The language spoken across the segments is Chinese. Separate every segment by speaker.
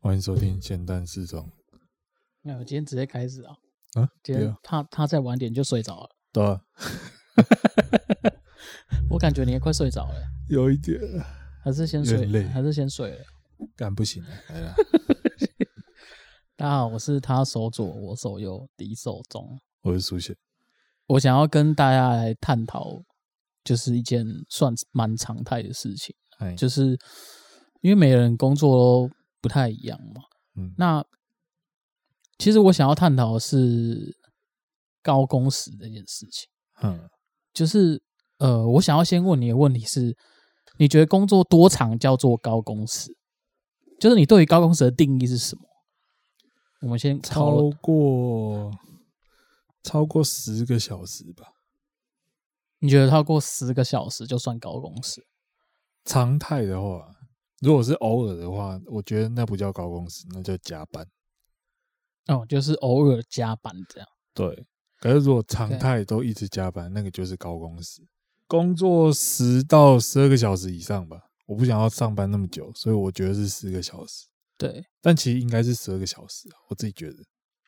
Speaker 1: 欢迎收听咸蛋四中。
Speaker 2: 没有，今天直接开始啊！
Speaker 1: 啊，
Speaker 2: 今
Speaker 1: 对
Speaker 2: 天
Speaker 1: 啊，
Speaker 2: 他他再晚点就睡着了，
Speaker 1: 对啊，
Speaker 2: 我感觉你也快睡着了，
Speaker 1: 有一点
Speaker 2: 还是先
Speaker 1: 有点累
Speaker 2: 睡，还是先睡了。
Speaker 1: 干不行啊哎了，来 了，
Speaker 2: 大家好，我是他手左，我手右，敌手中。
Speaker 1: 我是苏贤。
Speaker 2: 我想要跟大家来探讨，就是一件算蛮常态的事情，
Speaker 1: 哎，
Speaker 2: 就是因为每个人工作都不太一样嘛。
Speaker 1: 嗯，
Speaker 2: 那其实我想要探讨的是高工时这件事情。
Speaker 1: 嗯，
Speaker 2: 就是呃，我想要先问你的问题是，你觉得工作多长叫做高工时？就是你对于高工时的定义是什么？我们先讨
Speaker 1: 超
Speaker 2: 论
Speaker 1: 过超过十个小时吧，
Speaker 2: 你觉得超过十个小时就算高工时？
Speaker 1: 常态的话，如果是偶尔的话，我觉得那不叫高工时，那叫加班。
Speaker 2: 哦，就是偶尔加班这样。
Speaker 1: 对，可是如果常
Speaker 2: 对
Speaker 1: 态都一直加班，那个就是高工时，工作十到十二个小时以上吧。我不想要上班那么久，所以我觉得是十个小时，
Speaker 2: 对，
Speaker 1: 但其实应该是十二个小时啊，我自己觉得。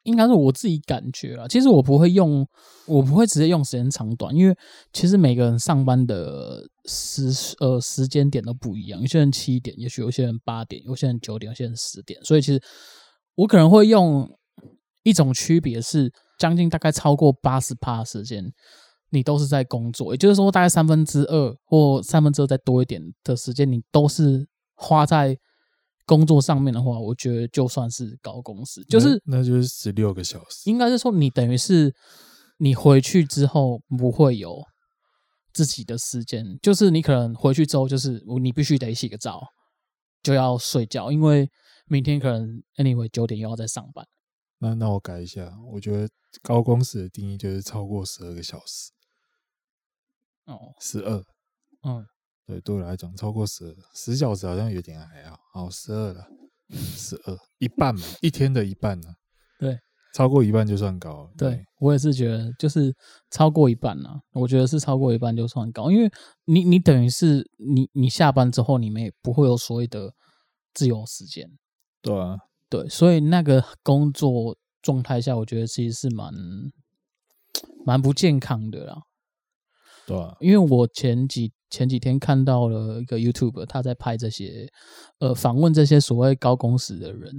Speaker 2: 应该是我自己感觉啊。其实我不会用，我不会直接用时间长短，因为其实每个人上班的时呃时间点都不一样。有些人七点，也许有些人八点，有些人九点，有些人十点。所以其实我可能会用一种区别是，将近大概超过八十趴时间，你都是在工作，也就是说大概三分之二或三分之二再多一点的时间，你都是花在。工作上面的话，我觉得就算是高工时，就是
Speaker 1: 那那就是十六个小时。
Speaker 2: 应该是说你等于是你回去之后不会有自己的时间，就是你可能回去之后就是你必须得洗个澡，就要睡觉，因为明天可能 anyway 九点又要再上班。
Speaker 1: 那那我改一下，我觉得高工时的定义就是超过十二个小时，
Speaker 2: 哦，
Speaker 1: 十二。
Speaker 2: 嗯，
Speaker 1: 对，对我来讲超过十二，十小时好像有点还好，好十二了，十二一半嘛，一天的一半呢、
Speaker 2: 对，
Speaker 1: 超过一半就算高了。
Speaker 2: 对，我也是觉得就是超过一半啦、我觉得是超过一半就算高，因为你你等于是你你下班之后你们也不会有所谓的自由时间。
Speaker 1: 对啊，
Speaker 2: 对，所以那个工作状态下，我觉得其实是蛮蛮不健康的啦。
Speaker 1: 对啊，
Speaker 2: 因为我前几前几天看到了一个 YouTube，他在拍这些呃访问这些所谓高工时的人，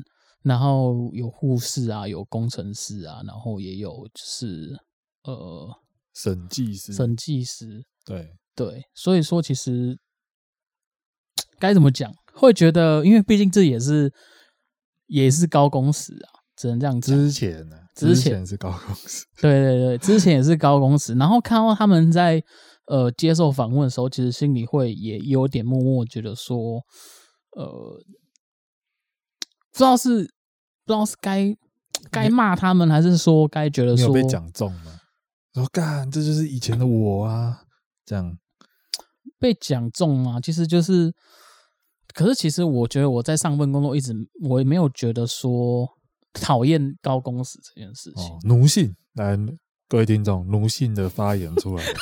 Speaker 2: 然后有护士啊，有工程师啊，然后也有就是呃
Speaker 1: 审计师，
Speaker 2: 审计师，
Speaker 1: 对，
Speaker 2: 对，所以说其实该怎么讲，会觉得，因为毕竟这也是也是高工时啊，只能这样讲。
Speaker 1: 之前呢、
Speaker 2: 之前
Speaker 1: 是高工时，
Speaker 2: 对对对，之前也是高工时，然后看到他们在呃接受访问的时候，其实心里会也有点默默觉得说，呃，不知道是不知道是该该骂他们，还是说该觉得
Speaker 1: 你有
Speaker 2: 说
Speaker 1: 被讲中吗？说干，这就是以前的我啊，这样
Speaker 2: 被讲中嘛，其实就是，可是其实我觉得我在上份工作一直，我也没有觉得说讨厌高工时这件事情。
Speaker 1: 哦，奴性来，各位听众，奴性的发言出 来了，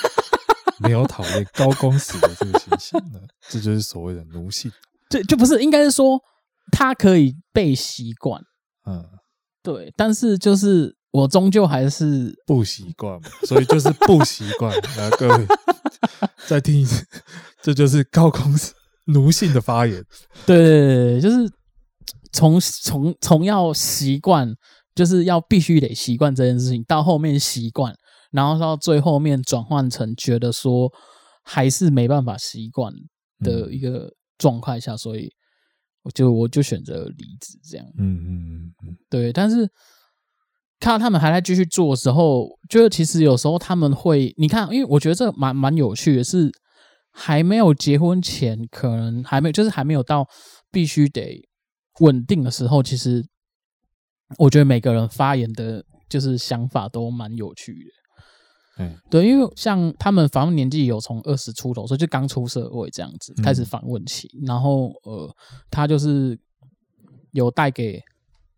Speaker 1: 没有讨厌高工时的这个情形呢，这就是所谓的奴性。
Speaker 2: 对，就不是，应该是说它可以被习惯，
Speaker 1: 嗯，
Speaker 2: 对，但是就是我终究还是
Speaker 1: 不习惯嘛，所以就是不习惯。来，各 位再听一次，这就是高工时奴性的发言。
Speaker 2: 对对对对，就是从从从要习惯，就是要必须得习惯这件事情，到后面习惯，然后到最后面转换成觉得说还是没办法习惯的一个状态下，所以我就我就选择离职这样。
Speaker 1: 嗯嗯嗯嗯，
Speaker 2: 对，但是看到他们还在继续做的时候，就是其实有时候他们会，你看，因为我觉得这蛮蛮有趣的是，还没有结婚前，可能还没有，就是还没有到必须得稳定的时候，其实我觉得每个人发言的，就是想法都蛮有趣的。
Speaker 1: 哎，
Speaker 2: 对，因为像他们访问年纪有从二十出头，所以就刚出社会这样子
Speaker 1: 嗯
Speaker 2: 开始访问起，然后呃，他就是有带给，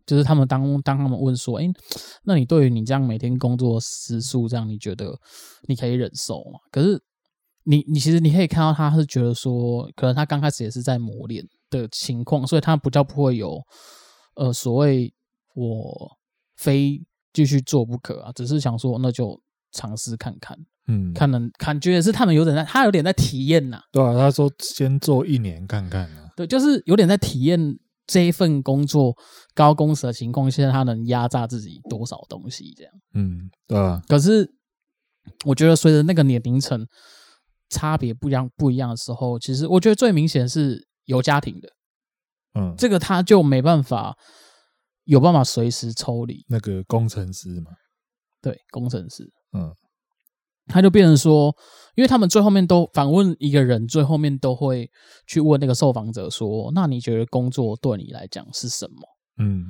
Speaker 2: 就是他们当当他们问说，哎、那你对于你这样每天工作时数这样，你觉得你可以忍受吗？可是你你其实你可以看到他是觉得说，可能他刚开始也是在磨练的情况，所以他比较不会有呃所谓我非继续做不可啊，只是想说那就尝试看看，
Speaker 1: 嗯，
Speaker 2: 看能感觉也是他们有点在，他有点在体验呐、
Speaker 1: 对啊，他说先做一年看看啊，
Speaker 2: 对，就是有点在体验这一份工作高工时的情况下，他能压榨自己多少东西这样。
Speaker 1: 嗯，对啊，
Speaker 2: 可是我觉得随着那个年龄层差别不一样不一样的时候，其实我觉得最明显是有家庭的，
Speaker 1: 嗯，
Speaker 2: 这个他就没办法有办法随时抽离。
Speaker 1: 那个工程师嘛，
Speaker 2: 对，工程师，
Speaker 1: 嗯，
Speaker 2: 他就变成说，因为他们最后面都访问一个人，最后面都会去问那个受访者说：“那你觉得工作对你来讲是什么？”
Speaker 1: 嗯，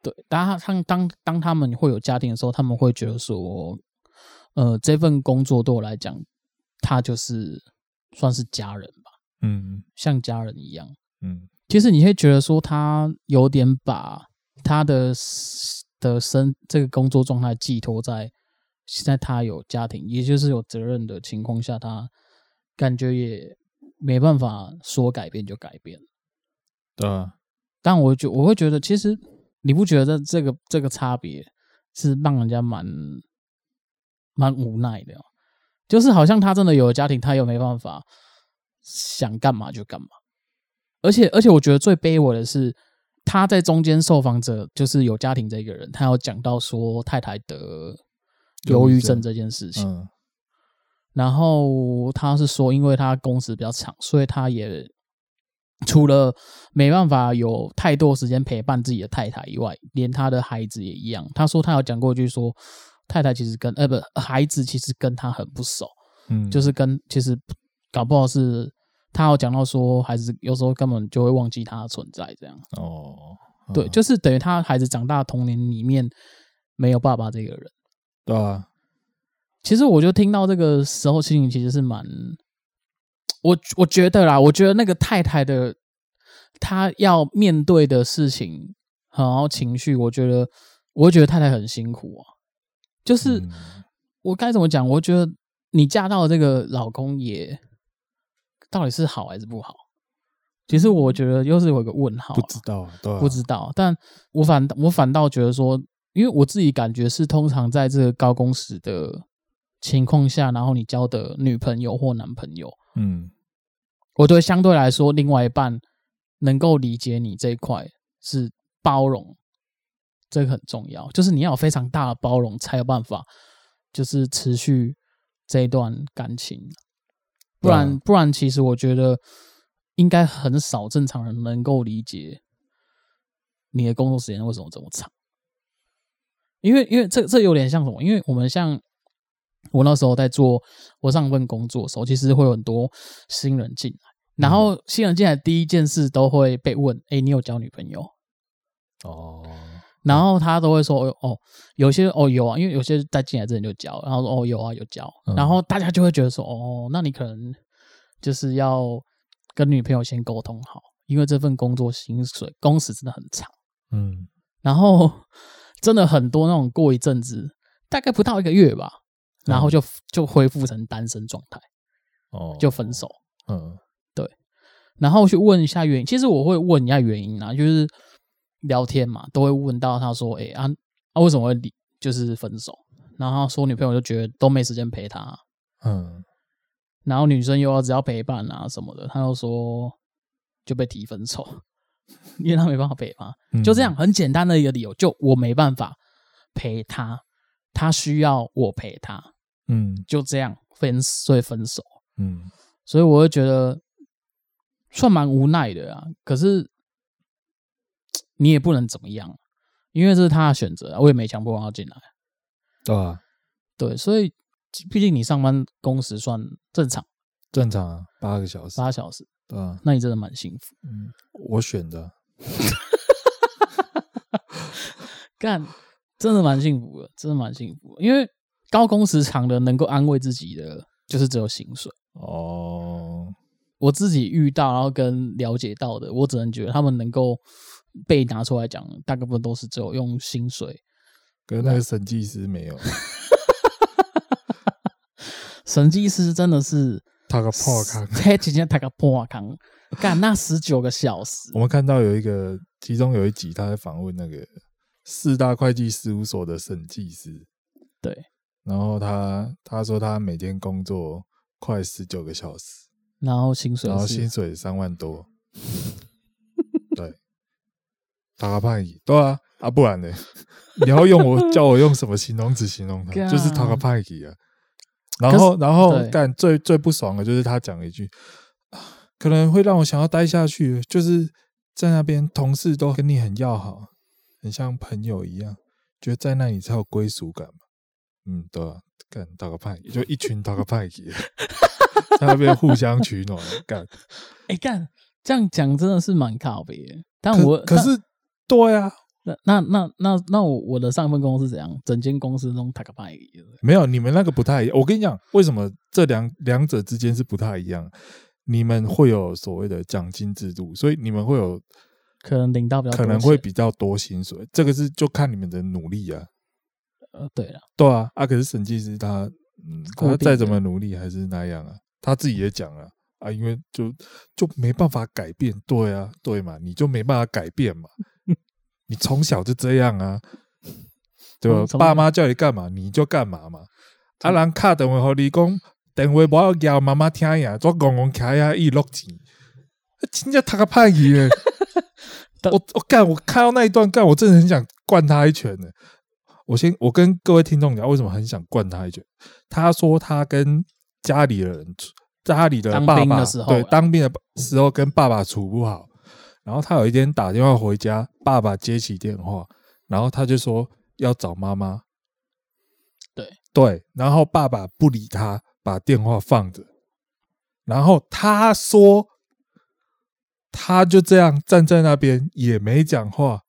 Speaker 2: 对，当他当当当他们会有家庭的时候，他们会觉得说，呃，这份工作对我来讲，他就是算是家人吧，
Speaker 1: 嗯，
Speaker 2: 像家人一样。
Speaker 1: 嗯，
Speaker 2: 其实你会觉得说，他有点把他的 s- 的生这个工作状态寄托在现在他有家庭，也就是有责任的情况下，他感觉也没办法说改变就改变。
Speaker 1: 对啊，
Speaker 2: 但我觉我会觉得，其实你不觉得这个这个差别是让人家蛮蛮无奈的、哦，就是好像他真的有了家庭，他又没办法想干嘛就干嘛，而且而且我觉得最卑微的是，他在中间受访者就是有家庭这个人，他有讲到说太太得忧
Speaker 1: 忧郁
Speaker 2: 郁症
Speaker 1: 症
Speaker 2: 这件事情，
Speaker 1: 嗯，
Speaker 2: 然后他是说，因为他工时比较长，所以他也除了没办法有太多时间陪伴自己的太太以外，连他的孩子也一样。他说他有讲过一句说，太太其实跟呃不孩子其实跟他很不熟，
Speaker 1: 嗯，
Speaker 2: 就是跟其实搞不好是他有讲到说，孩子有时候根本就会忘记他的存在这样。
Speaker 1: 哦，嗯
Speaker 2: 对，就是等于他孩子长大的童年里面没有爸爸这个人。
Speaker 1: 对啊，
Speaker 2: 其实我就听到这个时候，心里其实是蛮，我我觉得啦，我觉得那个太太的她要面对的事情，然后情绪，我觉得，我觉得太太很辛苦啊。就是、
Speaker 1: 嗯
Speaker 2: 我该怎么讲？我觉得你嫁到的这个老公也到底是好还是不好？其实我觉得又是有一个问号啦，
Speaker 1: 不知道啊，对啊，
Speaker 2: 不知道，但我反我反倒觉得说，因为我自己感觉是通常在这个高工时的情况下，然后你交的女朋友或男朋友，
Speaker 1: 嗯，
Speaker 2: 我对相对来说另外一半能够理解你这一块是包容，这个很重要，就是你要有非常大的包容，才有办法就是持续这一段感情，不然、
Speaker 1: 对啊
Speaker 2: 不然，其实我觉得应该很少正常人能够理解你的工作时间为什么这么长，因为因为这这有点像什么？因为我们像我那时候在做我上份工作的时候，其实会有很多新人进来，然后新人进来第一件事都会被问：“哎、你有交女朋友？”
Speaker 1: 哦，
Speaker 2: 然后他都会说哦，有些哦有啊，因为有些在进来之前就教，然后说哦有啊有教，
Speaker 1: 嗯
Speaker 2: 然后大家就会觉得说哦，那你可能就是要跟女朋友先沟通好，因为这份工作薪水工时真的很长，
Speaker 1: 嗯，
Speaker 2: 然后 真的很多那种过一阵子，大概不到一个月吧，然后就、就恢复成单身状态，
Speaker 1: 哦，
Speaker 2: 就分，手。
Speaker 1: 嗯，
Speaker 2: 然后去问一下原因。其实我会问一下原因啊，就是聊天嘛，都会问到他说：“哎、啊啊，为什么会离？就是分手？”然后他说女朋友就觉得都没时间陪他，
Speaker 1: 嗯，
Speaker 2: 然后女生又要只要陪伴啊什么的，他又说就被提分手， 因为他没办法陪他，
Speaker 1: 嗯
Speaker 2: 就这样，很简单的一个理由，就我没办法陪他，他需要我陪他，
Speaker 1: 嗯
Speaker 2: 就这样分所以分手。
Speaker 1: 嗯，
Speaker 2: 所以我会觉得算蛮无奈的啊。可是你也不能怎么样，因为这是他的选择啊，我也没强迫他进来。
Speaker 1: 对啊，
Speaker 2: 对，所以毕竟你上班工时算正常
Speaker 1: 正常啊，八个小时，
Speaker 2: 八小时，
Speaker 1: 对啊，
Speaker 2: 那你真的蛮幸福。
Speaker 1: 嗯，我选的，
Speaker 2: 干，真的蛮幸福的，真的蛮幸福的因为高工时长的能够安慰自己的，就是只有薪水。
Speaker 1: 哦，
Speaker 2: 我自己遇到，然后跟了解到的，我只能觉得他们能够被拿出来讲，大部分都是只有用薪水
Speaker 1: 可是那个审计师没有，
Speaker 2: 审计师真的是
Speaker 1: 他个破康。
Speaker 2: 这几天打个破康，干那十九个小时
Speaker 1: 我，们看到有一个，其中有一集他在访问那个四大会计事务所的审计师，
Speaker 2: 对，
Speaker 1: 然后他他说他每天工作快十九个小时，
Speaker 2: 然后薪水
Speaker 1: 然后薪
Speaker 2: 是
Speaker 1: 水三万多，对，打个叛逆，对啊，啊不然呢？你要用我叫我用什么形容词形容他？
Speaker 2: 干
Speaker 1: 就是 打个叛逆啊。然
Speaker 2: 可
Speaker 1: 后
Speaker 2: 是
Speaker 1: 然后
Speaker 2: 对
Speaker 1: 哦干最最不爽的就是他讲了一句，啊可能会让我想要待下去，就是在那边同事都跟你很要好，很像朋友一样，觉得在那里才有归属感嘛。嗯，对啊，干打个叛逆，就一群打个叛逆， 在那边互相取暖， 干。
Speaker 2: 哎干，这样讲真的是蛮靠北的。但
Speaker 1: 可
Speaker 2: 我
Speaker 1: 可是对啊，
Speaker 2: 那那那那那我我的上份公司怎样？整间公司都打个派，
Speaker 1: 没有你们那个不太一样。我跟你讲，为什么这两两者之间是不太一样？你们会有所谓的奖金制度，所以你们会有
Speaker 2: 可能领到比较多
Speaker 1: 可能会
Speaker 2: 钱
Speaker 1: 比较多薪水。这个是就看你们的努力啊，
Speaker 2: 呃对了，
Speaker 1: 对啊啊！可是审计师他，嗯，
Speaker 2: 固
Speaker 1: 他
Speaker 2: 定的
Speaker 1: 再怎么努力还是那样啊，他自己也讲啊啊，因为就就没办法改变，对啊，对嘛，你就没办法改变 嘛，你从小就这样啊，对吧
Speaker 2: 嗯从？从
Speaker 1: 爸妈叫你干嘛你就干嘛嘛，啊，人卡电话给你讲，电话不要叫妈妈听呀，做公公开呀，一落钱。啊真正他个叛逆耶！
Speaker 2: 但
Speaker 1: 我我干，我看到那一段干，我真的很想灌他一拳呢。我先我跟各位听众讲，为什么很想灌他一拳？他说他跟家里的人处，家里的
Speaker 2: 当
Speaker 1: 爸
Speaker 2: 兵
Speaker 1: 爸
Speaker 2: 的时候
Speaker 1: 对
Speaker 2: 啊
Speaker 1: 当兵的时候跟爸爸处不好，然后他有一天打电话回家，爸爸接起电话，然后他就说要找妈妈，
Speaker 2: 对
Speaker 1: 对，然后爸爸不理他，把电话放着，然后他说他就这样站在那边也没讲话，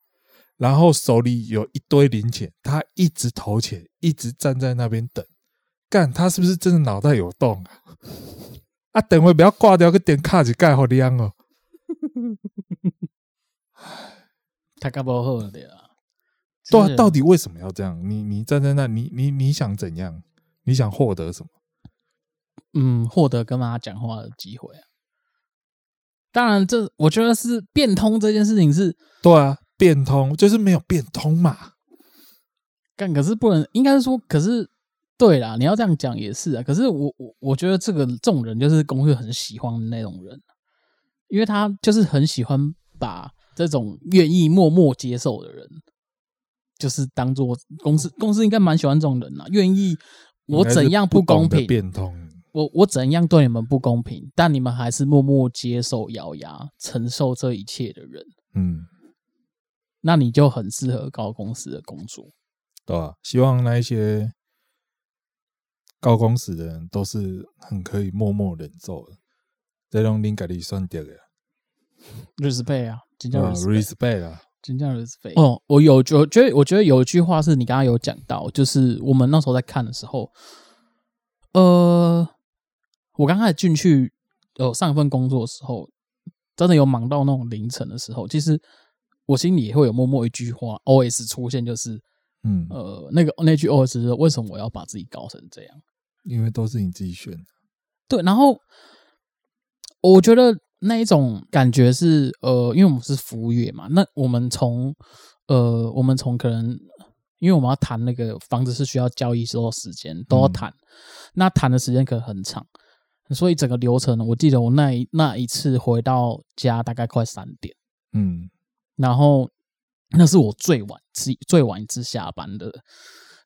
Speaker 1: 然后手里有一堆零钱，他一直投钱，一直站在那边等。干，他是不是真的脑袋有洞啊？ 啊，等会不要挂掉，个点卡子盖好亮哦。
Speaker 2: 他干不好的啦。
Speaker 1: 对啊
Speaker 2: 就是，
Speaker 1: 到底为什么要这样？你你站在那，你你你想怎样？你想获得什么？
Speaker 2: 嗯获得跟妈讲话的机会啊。当然这，我觉得是变通这件事情是
Speaker 1: 对啊，变通就是没有变通嘛。
Speaker 2: 干，可是不能，应该是说，可是对啦，你要这样讲也是啊。可是我我我觉得这个这种人就是工会很喜欢的那种人，因为他就是很喜欢把这种愿意默默接受的人，就是当做公司公司应该蛮喜欢这种人啊，愿意我
Speaker 1: 应该是
Speaker 2: 怎样
Speaker 1: 不
Speaker 2: 公
Speaker 1: 懂得
Speaker 2: 平，
Speaker 1: 变通，
Speaker 2: 我我怎样对你们不公平，但你们还是默默接受、咬牙承受这一切的人，
Speaker 1: 嗯，
Speaker 2: 那你就很适合高公司的工作。
Speaker 1: 对吧、希望那一些高工时的人都是很可以默默忍受的。这种你家己选择的，
Speaker 2: respect 啊，真
Speaker 1: 对
Speaker 2: 正
Speaker 1: 吧
Speaker 2: respect。
Speaker 1: respect 啊，
Speaker 2: 真正的是非哦，我有我觉得我觉得有一句话是你刚刚有讲到，就是我们那时候在看的时候，呃，我刚开始进去呃上一份工作的时候，真的有忙到那种凌晨的时候，其实我心里也会有默默一句话 OS 出现，就是
Speaker 1: 嗯，
Speaker 2: 呃那个那句 OS 是为什么我要把自己搞成这样？
Speaker 1: 因为都是你自己选的，
Speaker 2: 对，然后我觉得那一种感觉是，呃，因为我们是服务业嘛，那我们从呃，我们从可能，因为我们要谈那个房子是需要交易之后时间都要
Speaker 1: 嗯
Speaker 2: 谈，那谈的时间可能很长，所以整个流程，我记得我那一那一次回到家大概快三点，
Speaker 1: 嗯，
Speaker 2: 然后那是我最晚之最晚一次下班的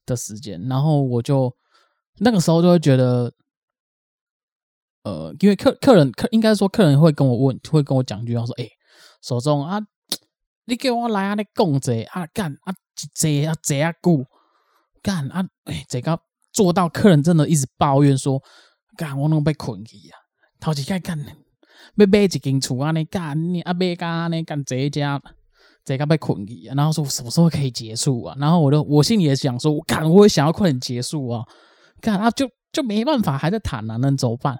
Speaker 2: 的时间，然后我就那个时候就会觉得，呃，因为客客人客应该说客人会跟我问，会跟我讲一句话说，哎、手中啊，你给我来啊，你讲者啊干啊坐啊坐啊久干啊，哎、这个做到客人真的一直抱怨说，干我拢被困去啊，头一盖干。要买一间厝安尼干你啊买干安尼干这一家，这到要困去啊，然后说什么时候可以结束啊？然后我就我心里也想说，我干我也想要快点结束啊，干啊就就没办法，还在谈啊，能怎么办？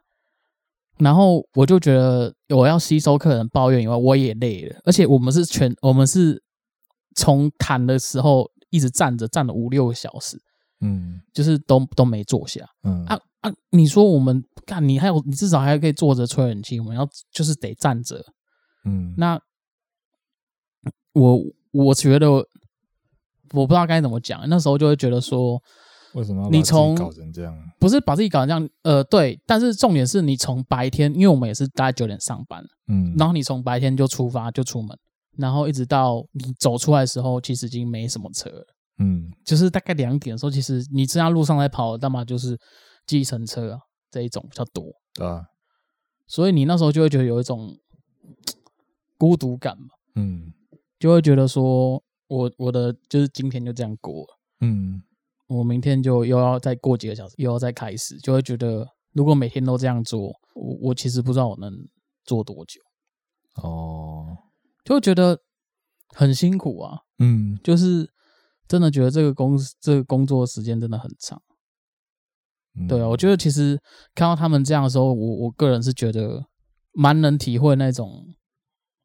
Speaker 2: 然后我就觉得我要吸收客人抱怨以外，我也累了，而且我们是全我们是从谈的时候一直站着站了五六个小时，
Speaker 1: 嗯
Speaker 2: 就是都都没坐下
Speaker 1: 嗯
Speaker 2: 啊啊！你说我们干，你还有你至少还可以坐着吹冷气，我们要就是得站着。
Speaker 1: 嗯，
Speaker 2: 那我我觉得我不知道该怎么讲，那时候就会觉得说，
Speaker 1: 为什么要把
Speaker 2: 你
Speaker 1: 自己
Speaker 2: 从
Speaker 1: 搞成这样？
Speaker 2: 不是把自己搞成这样，呃，对，但是重点是你从白天，因为我们也是大概九点上班，
Speaker 1: 嗯，
Speaker 2: 然后你从白天就出发就出门，然后一直到你走出来的时候，其实已经没什么车了，
Speaker 1: 嗯
Speaker 2: 就是大概两点的时候，其实你知道路上在跑，那么就是计程车啊这一种比较多，
Speaker 1: 对啊，
Speaker 2: 所以你那时候就会觉得有一种孤独感嘛，
Speaker 1: 嗯
Speaker 2: 就会觉得说我我的就是今天就这样过了，
Speaker 1: 嗯
Speaker 2: 我明天就又要再过几个小时，又要再开始，就会觉得如果每天都这样做，我我其实不知道我能做多久，
Speaker 1: 哦
Speaker 2: 就会觉得很辛苦啊，
Speaker 1: 嗯
Speaker 2: 就是真的觉得这个公司这个工作时间真的很长。
Speaker 1: 嗯
Speaker 2: 对啊，我觉得其实看到他们这样的时候，我我个人是觉得蛮能体会那种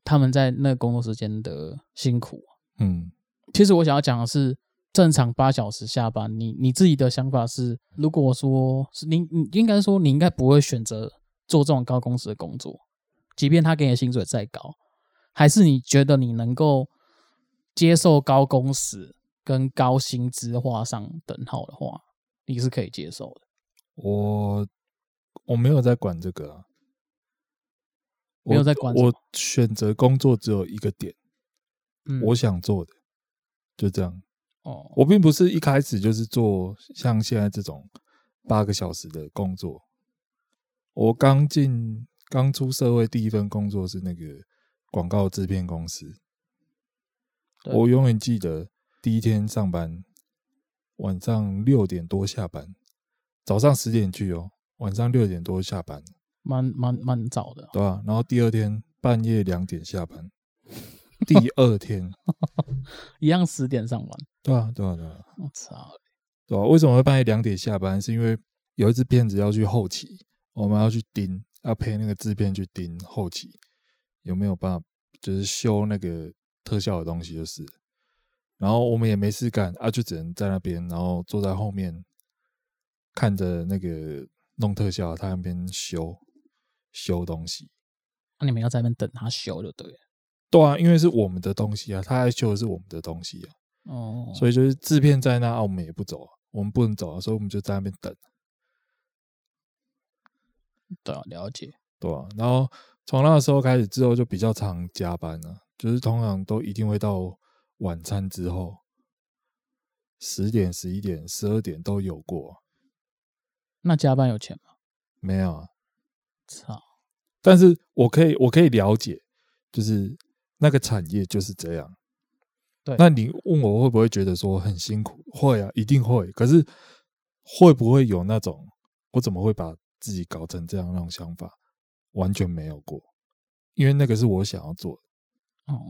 Speaker 2: 他们在那个工作时间的辛苦。
Speaker 1: 嗯
Speaker 2: 其实我想要讲的是，正常八小时下班，你你自己的想法是，如果说是你，你应该说你应该不会选择做这种高工时的工作，即便他给你的薪水再高，还是你觉得你能够接受高工时跟高薪资画上等号的话，你是可以接受的。
Speaker 1: 我我没有在管这个啊，
Speaker 2: 没有
Speaker 1: 我
Speaker 2: 在管什
Speaker 1: 我
Speaker 2: 么
Speaker 1: 选择工作只有一个点，
Speaker 2: 嗯，
Speaker 1: 我想做的，就这样。
Speaker 2: 哦，
Speaker 1: 我并不是一开始就是做像现在这种八个小时的工作。我刚进刚出社会第一份工作是那个广告制片公司，
Speaker 2: 对
Speaker 1: 我永远记得第一天上班，晚上六点多下班，早上十点去哦，晚上六点多下班，
Speaker 2: 蛮蛮蛮早的，
Speaker 1: 对吧、然后第二天半夜两点下 班，第二天，
Speaker 2: 一样十点上班。
Speaker 1: 对啊？对啊？对啊？
Speaker 2: 我操！
Speaker 1: 对吧、为什么会半夜两点下班？是因为有一支片子要去后期，我们要去盯，要陪那个制片去盯后期有没有办法，就是修那个特效的东西，就是。然后我们也没事干啊，就只能在那边，然后坐在后面看着那个弄特效，他那边修修东西。
Speaker 2: 那、你们要在那边等他休就对了。
Speaker 1: 对啊，因为是我们的东西啊，他在修的是我们的东西啊，
Speaker 2: 哦，
Speaker 1: 所以就是制片在那，啊、我们也不走啊，我们不能走啊，所以我们就在那边等。
Speaker 2: 对、啊，了解。
Speaker 1: 对啊，然后从那时候开始之后就比较常加班了、就是通常都一定会到晚餐之后，十点、十一点、十二点都有过，
Speaker 2: 那加班有钱吗？
Speaker 1: 没有啊。
Speaker 2: 操！
Speaker 1: 但是我可以，我可以了解，就是那个产业就是这样。
Speaker 2: 对
Speaker 1: 那你问我会不会觉得说很辛苦？会啊，一定会。可是会不会有那种我怎么会把自己搞成这样那种想法？完全没有过，因为那个是我想要做的。
Speaker 2: 哦，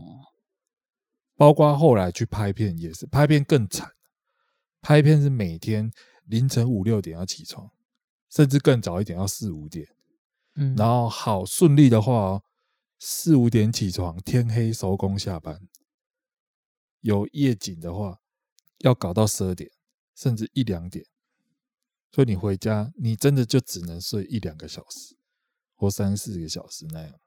Speaker 1: 包括后来去拍片也是，拍片更惨。拍片是每天凌晨五六点要起床，甚至更早一点要四五点。
Speaker 2: 嗯，
Speaker 1: 然后好顺利的话、哦，四五点起床，天黑收工下班。有夜景的话，要搞到十二点，甚至一两点。所以你回家，你真的就只能睡一两个小时，或三四个小时那样，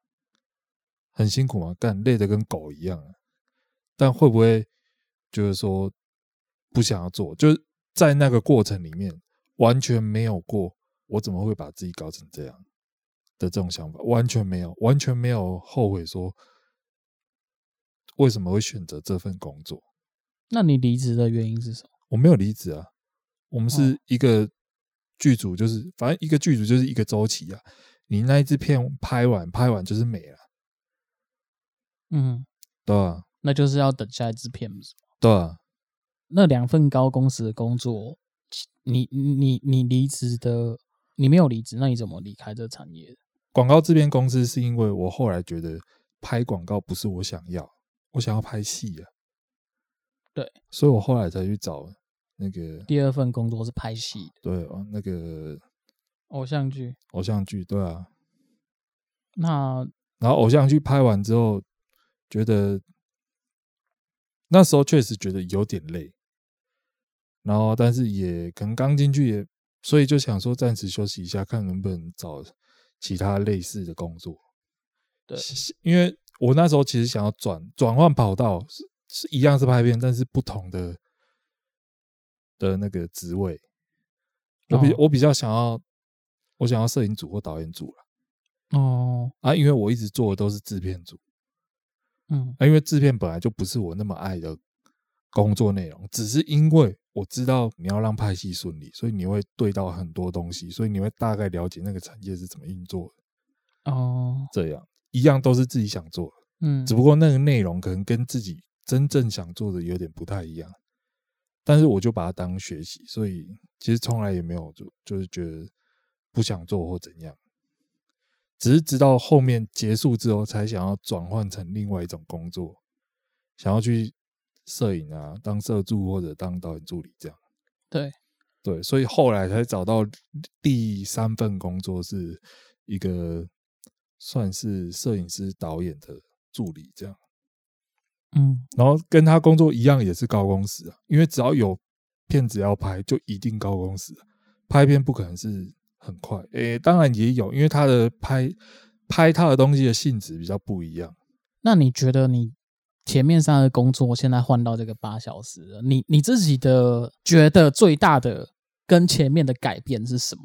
Speaker 1: 很辛苦啊，干累的跟狗一样、啊。但会不会就是说不想要做？就是在那个过程里面，完全没有过我怎么会把自己搞成这样的这种想法，完全没有，完全没有后悔说为什么会选择这份工作。
Speaker 2: 那你离职的原因是什么？
Speaker 1: 我没有离职啊，我们
Speaker 2: 哦
Speaker 1: 是一个剧组，就是反正一个剧组就是一个周期啊。你那一支片拍完，拍完就是没了，
Speaker 2: 嗯，
Speaker 1: 对吧、
Speaker 2: 那就是要等下一支片子。
Speaker 1: 对啊吧、
Speaker 2: 那两份高工时的工作，你你你你离职的，你没有离职，那你怎么离开这个产业的？
Speaker 1: 广告制片公司是因为我后来觉得拍广告不是我想要，我想要拍戏啊。
Speaker 2: 对，
Speaker 1: 所以我后来才去找那个
Speaker 2: 第二份工作是拍戏的
Speaker 1: 对哦那个
Speaker 2: 偶像剧，
Speaker 1: 偶像剧，对啊。
Speaker 2: 那
Speaker 1: 然后偶像剧拍完之后，觉得那时候确实觉得有点累，然后但是也可能刚进去也，所以就想说暂时休息一下，看能不能找其他类似的工作。
Speaker 2: 对
Speaker 1: 是，是因为我那时候其实想要转转换跑道，是是一样是拍片，但是不同的的那个职位。我比、
Speaker 2: 哦
Speaker 1: 我比较想要，我想要摄影组或导演组了
Speaker 2: 哦，
Speaker 1: 啊，因为我一直做的都是制片组。
Speaker 2: 嗯，
Speaker 1: 啊，因为制片本来就不是我那么爱的工作内容，只是因为我知道你要让拍戏顺利，所以你会对到很多东西，所以你会大概了解那个产业是怎么运作的。
Speaker 2: 哦，
Speaker 1: 这样一样都是自己想做的，
Speaker 2: 嗯，
Speaker 1: 只不过那个内容可能跟自己真正想做的有点不太一样。但是我就把它当学习，所以其实从来也没有就就是觉得不想做或怎样，只是直到后面结束之后，才想要转换成另外一种工作，想要去摄影啊，当摄助或者当导演助理这样。
Speaker 2: 对
Speaker 1: 对，所以后来才找到第三份工作是一个算是摄影师导演的助理这样。
Speaker 2: 嗯，
Speaker 1: 然后跟他工作一样也是高工时啊，因为只要有片子要拍，就一定高工时、拍片不可能是很快，诶，当然也有，因为他的拍拍他的东西的性质比较不一样。
Speaker 2: 那你觉得你前面三个工作现在换到这个八小时了，你你自己的觉得最大的跟前面的改变是什么？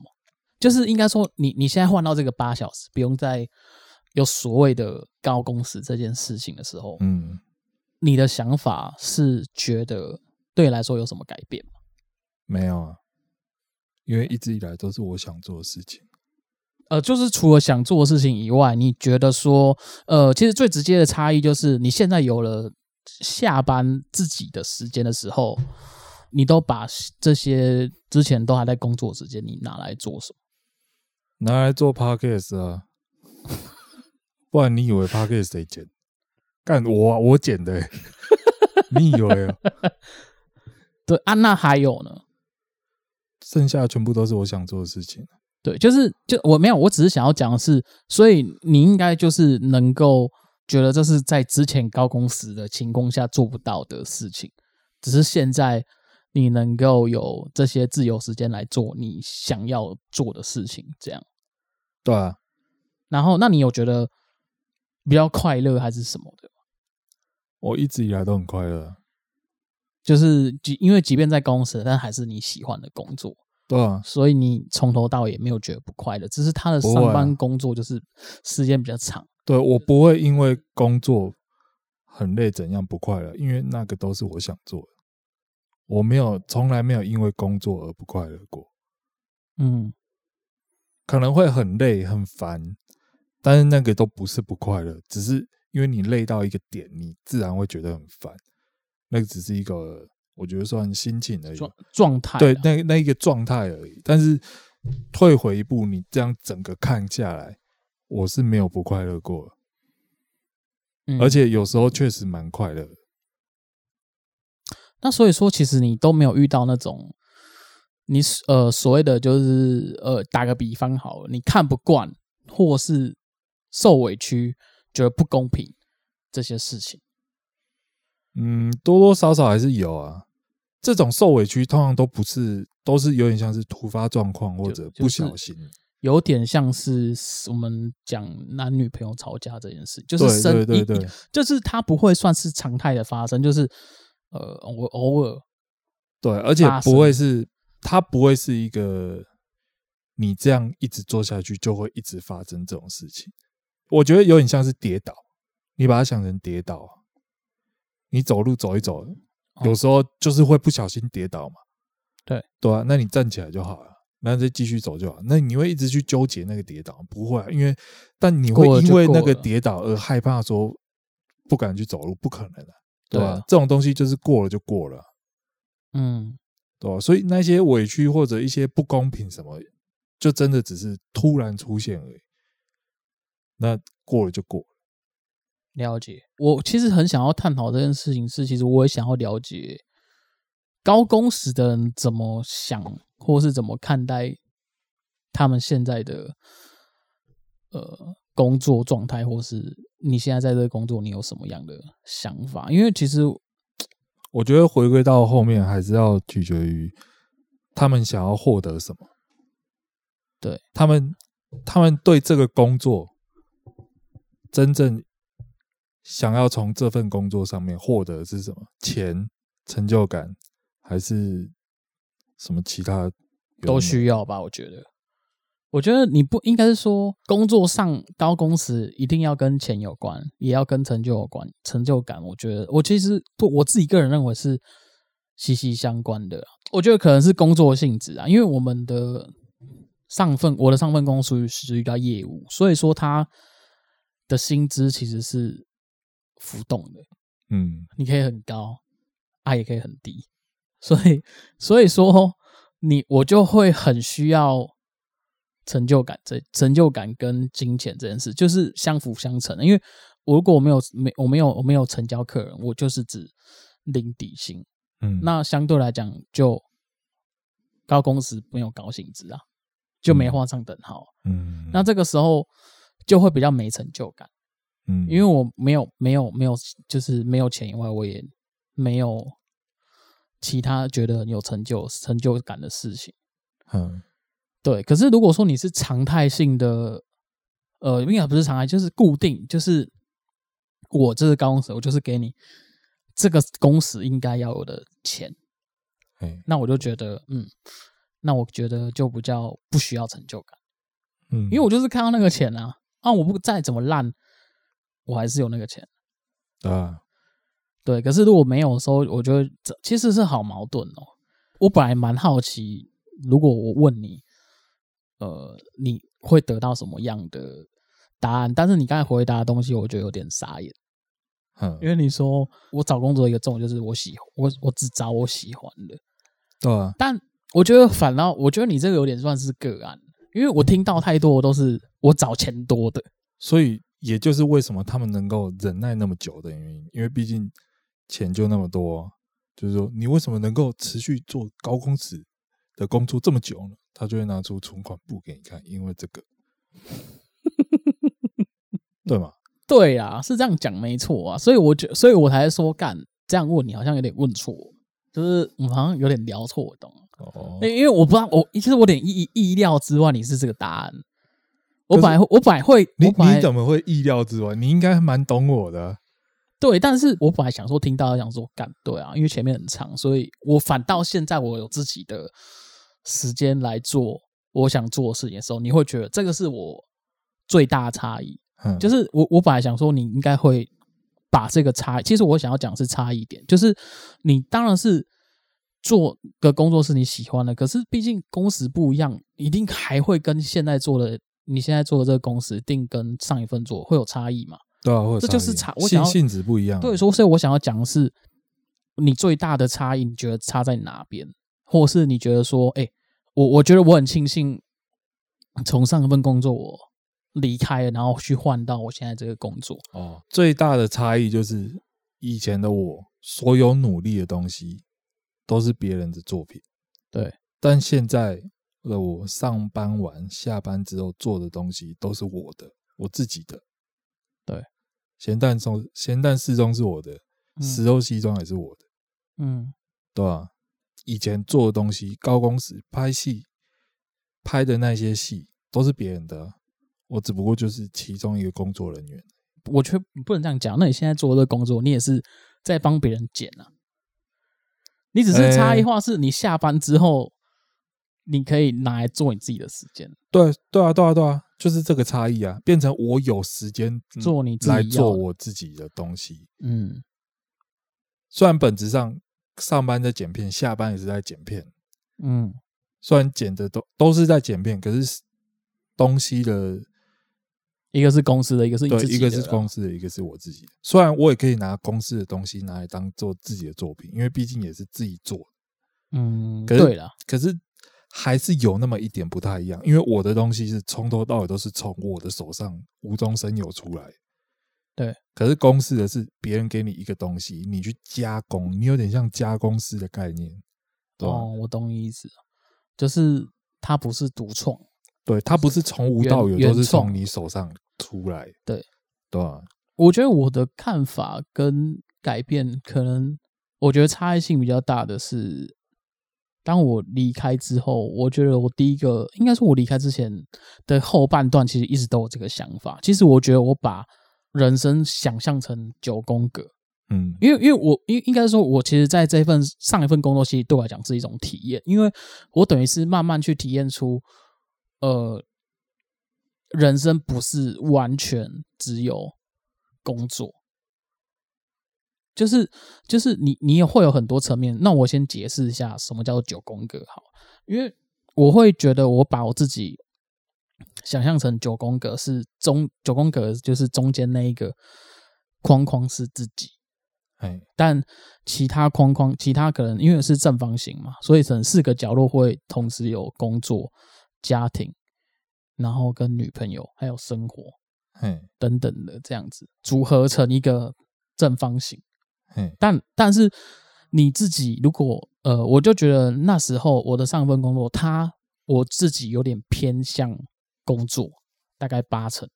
Speaker 2: 就是应该说你，你现在换到这个八小时，不用再有所谓的高工时这件事情的时候，
Speaker 1: 嗯，
Speaker 2: 你的想法是觉得对你来说有什么改变吗？
Speaker 1: 没有啊，因为一直以来都是我想做的事情。
Speaker 2: 呃，就是除了想做的事情以外，你觉得说，呃，其实最直接的差异就是，你现在有了下班自己的时间的时候，你都把这些之前都还在工作的时间，你拿来做什么？
Speaker 1: 拿来做 podcast 啊，不然你以为 podcast 谁剪？干我啊、我剪的欸、 你以为啊？
Speaker 2: 对啊，那还有呢？
Speaker 1: 剩下的全部都是我想做的事情。
Speaker 2: 对，就是就我没有，我只是想要讲的是，所以你应该就是能够觉得这是在之前高工时的情况下做不到的事情，只是现在你能够有这些自由时间来做你想要做的事情，这样。
Speaker 1: 对啊，
Speaker 2: 然后，那你有觉得比较快乐还是什么的？
Speaker 1: 我一直以来都很快乐啊。
Speaker 2: 就是即因为即便在公司，但还是你喜欢的工作，
Speaker 1: 对啊，
Speaker 2: 所以你从头到尾没有觉得不快乐，只是他的
Speaker 1: 不
Speaker 2: 上
Speaker 1: 会啊
Speaker 2: 班工作就是时间比较长。
Speaker 1: 对我不会因为工作很累怎样不快乐，因为那个都是我想做的。我没有从来没有因为工作而不快乐过，
Speaker 2: 嗯，
Speaker 1: 可能会很累很烦，但是那个都不是不快乐，只是因为你累到一个点，你自然会觉得很烦。那个只是一个我觉得算心情而已，
Speaker 2: 状状态啊
Speaker 1: 对，那那一个状态而已。但是退回一步，你这样整个看下来，我是没有不快乐过的。
Speaker 2: 嗯
Speaker 1: 而且有时候确实蛮快乐的。
Speaker 2: 那所以说，其实你都没有遇到那种你呃所谓的就是呃打个比方好了，你看不惯或是受委屈，觉得不公平这些事情。
Speaker 1: 嗯，多多少少还是有啊。这种受委屈通常都不是，都是有点像是突发状况或者
Speaker 2: 就
Speaker 1: 不
Speaker 2: 是
Speaker 1: 小心。
Speaker 2: 有点像是我们讲男女朋友吵架这件事，就是生
Speaker 1: 对对
Speaker 2: 一
Speaker 1: 对对，
Speaker 2: 就是它不会算是常态的发生，就是呃我偶尔
Speaker 1: 对，而且
Speaker 2: 发生
Speaker 1: 不会是，它不会是一个你这样一直做下去就会一直发生这种事情。我觉得有点像是跌倒，你把它想成跌倒啊，你走路走一走，有时候就是会不小心跌倒嘛。
Speaker 2: 哦对
Speaker 1: 对啊，那你站起来就好了。那再继续走就好。那你会一直去纠结那个跌倒？不会、啊，因为但你会
Speaker 2: 过了就
Speaker 1: 因为那
Speaker 2: 过
Speaker 1: 个
Speaker 2: 了
Speaker 1: 跌倒而害怕说不敢去走路，不可能的、对吧、
Speaker 2: 对啊
Speaker 1: 这种东西就是过了就过了啊、
Speaker 2: 嗯
Speaker 1: 对吧、所以那些委屈或者一些不公平什么，就真的只是突然出现而已。那过了就过了。
Speaker 2: 了解。我其实很想要探讨这件事情是，其实我也想要了解高工时的人怎么想，或是怎么看待他们现在的呃工作状态，或是你现在在这个工作，你有什么样的想法？因为其实
Speaker 1: 我觉得回归到后面还是要取决于他们想要获得什么。
Speaker 2: 对
Speaker 1: 他们，他们对这个工作真正想要从这份工作上面获得的是什么？钱、成就感，还是什么其他？
Speaker 2: 都需要吧？我觉得，我觉得你不应该是说工作上高工时一定要跟钱有关，也要跟成就有关，成就感。我觉得我其实不，我自己个人认为是息息相关的啊。我觉得可能是工作性质啊，因为我们的上份，我的上份工属于属于叫业务，所以说他的薪资其实是浮动的。
Speaker 1: 嗯，
Speaker 2: 你可以很高，啊，也可以很低，所以所以说你我就会很需要成就感，这成就感跟金钱这件事就是相辅相成的。因为我如果我没有没我没有我没有成交客人，我就是只领底薪，
Speaker 1: 嗯，
Speaker 2: 那相对来讲就高工时没有高薪资啊，就没画上等号。啊
Speaker 1: 嗯，
Speaker 2: 那这个时候就会比较没成就感。
Speaker 1: 嗯，
Speaker 2: 因为我没有没有没有，就是没有钱以外，我也没有其他觉得很有成就成就感的事情。
Speaker 1: 嗯
Speaker 2: 对，可是如果说你是常态性的，呃，应该不是常态，就是固定，就是我这是高工时，我就是给你这个工时应该要有的钱，
Speaker 1: 哎
Speaker 2: 那我就觉得，嗯，那我觉得就比较不需要成就感，
Speaker 1: 嗯，
Speaker 2: 因为我就是看到那个钱啊，啊，我不再怎么烂，我还是有那个钱。
Speaker 1: 啊，
Speaker 2: 对，可是如果没有的时候，我觉得这其实是好矛盾哦。我本来蛮好奇，如果我问你，呃，你会得到什么样的答案？但是你刚才回答的东西，我觉得有点傻眼，
Speaker 1: 嗯，
Speaker 2: 因为你说我找工作一个重点就是我喜我我只找我喜欢的，
Speaker 1: 对啊，
Speaker 2: 但我觉得反倒我觉得你这个有点算是个案，因为我听到太多都是我找钱多的，
Speaker 1: 所以也就是为什么他们能够忍耐那么久的原因，因为毕竟钱就那么多，就是说你为什么能够持续做高工时的工作这么久呢？他就会拿出存款簿给你看，因为这个，对吗？
Speaker 2: 对啊，是这样讲没错啊，所以我觉，所以我才说干这样问你好像有点问错，就是我好像有点聊错，懂吗？
Speaker 1: 哦
Speaker 2: 因，为因为我不知道，我其实我有点意意料之外你是这个答案，我
Speaker 1: 可是
Speaker 2: 本来会我本来会
Speaker 1: 你
Speaker 2: 我本来
Speaker 1: 你怎么会意料之外？你应该蛮懂我的啊、
Speaker 2: 对，但是我本来想说听到想说干对啊，因为前面很长，所以我反倒现在我有自己的时间来做我想做的事情的时候，你会觉得这个是我最大的差异，
Speaker 1: 嗯，
Speaker 2: 就是是我我本来想说你应该会把这个差，其实我想要讲的是差异点，就是你当然是做的工作是你喜欢的，可是毕竟工时不一样，一定还会跟现在做的你现在做的这个工时，一定跟上一份做会有差异嘛？
Speaker 1: 对啊，或者
Speaker 2: 这就是差我想要
Speaker 1: 性性质不一样啊，
Speaker 2: 对，所以所以我想要讲的是，你最大的差异，你觉得差在哪边，或者是你觉得说，哎、我我觉得我很庆幸从上一份工作我离开了，然后去换到我现在这个工作，
Speaker 1: 哦，最大的差异就是以前的我，所有努力的东西都是别人的作品，
Speaker 2: 对。
Speaker 1: 但现在的我，上班完、下班之后做的东西都是我的，我自己的。
Speaker 2: 对，
Speaker 1: 咸蛋中咸蛋适中是我的，
Speaker 2: 嗯
Speaker 1: 石头西装也是我的，
Speaker 2: 嗯，
Speaker 1: 对吧、以前做的东西，高工时拍戏拍的那些戏都是别人的啊，我只不过就是其中一个工作人员。
Speaker 2: 我却不能这样讲。那你现在做的这个工作，你也是在帮别人剪啊。你只是
Speaker 1: 哎
Speaker 2: 差异化，是你下班之后，你可以拿来做你自己的时间，
Speaker 1: 对对啊，对啊，对啊，就是这个差异啊，变成我有时间、嗯
Speaker 2: 做你自己
Speaker 1: 来
Speaker 2: 要
Speaker 1: 做
Speaker 2: 的
Speaker 1: 我自己的东西。
Speaker 2: 嗯，
Speaker 1: 虽然本质上上班在剪片，下班也是在剪片，
Speaker 2: 嗯，
Speaker 1: 虽然剪的都都是在剪片，可是东西的
Speaker 2: 一个是公司的，一个是你
Speaker 1: 对
Speaker 2: 自，己
Speaker 1: 一
Speaker 2: 的
Speaker 1: 个
Speaker 2: 啦，
Speaker 1: 是公司的，一个是我自己的。虽然我也可以拿公司的东西拿来当做自己的作品，因为毕竟也是自己做的，
Speaker 2: 嗯，
Speaker 1: 可是
Speaker 2: 对了，
Speaker 1: 可是还是有那么一点不太一样，因为我的东西是从头到尾都是从我的手上无中生有出来。
Speaker 2: 对，
Speaker 1: 可是公司的是别人给你一个东西，你去加工，你有点像加工师的概念，对吧？
Speaker 2: 哦，我懂你意思，就是它不是独创，
Speaker 1: 对，它不是从无
Speaker 2: 原
Speaker 1: 到有，
Speaker 2: 原
Speaker 1: 都是
Speaker 2: 创
Speaker 1: 从你手上出来。
Speaker 2: 对，
Speaker 1: 对吧？
Speaker 2: 我觉得我的看法跟改变，可能我觉得差异性比较大的是，当我离开之后，我觉得我第一个应该是我离开之前的后半段，其实一直都有这个想法。其实我觉得我把人生想象成九宫格，
Speaker 1: 嗯
Speaker 2: 因为因为我应应该说，我其实在这份上一份工作，其实对我来讲是一种体验，因为我等于是慢慢去体验出，呃，人生不是完全只有工作，就是就是你你也会有很多层面。那我先解释一下什么叫做九宫格好，因为我会觉得我把我自己想象成九宫格是中九宫格就是中间那一个框框是自己。
Speaker 1: 哎
Speaker 2: 但其他框框，其他可能因为是正方形嘛，所以可能四个角落会同时有工作、家庭，然后跟女朋友还有生活
Speaker 1: 哎
Speaker 2: 等等的这样子组合成一个正方形。
Speaker 1: 哎
Speaker 2: 但但是你自己如果呃，我就觉得那时候我的上一份工作，它我自己有点偏向工作，大概八成，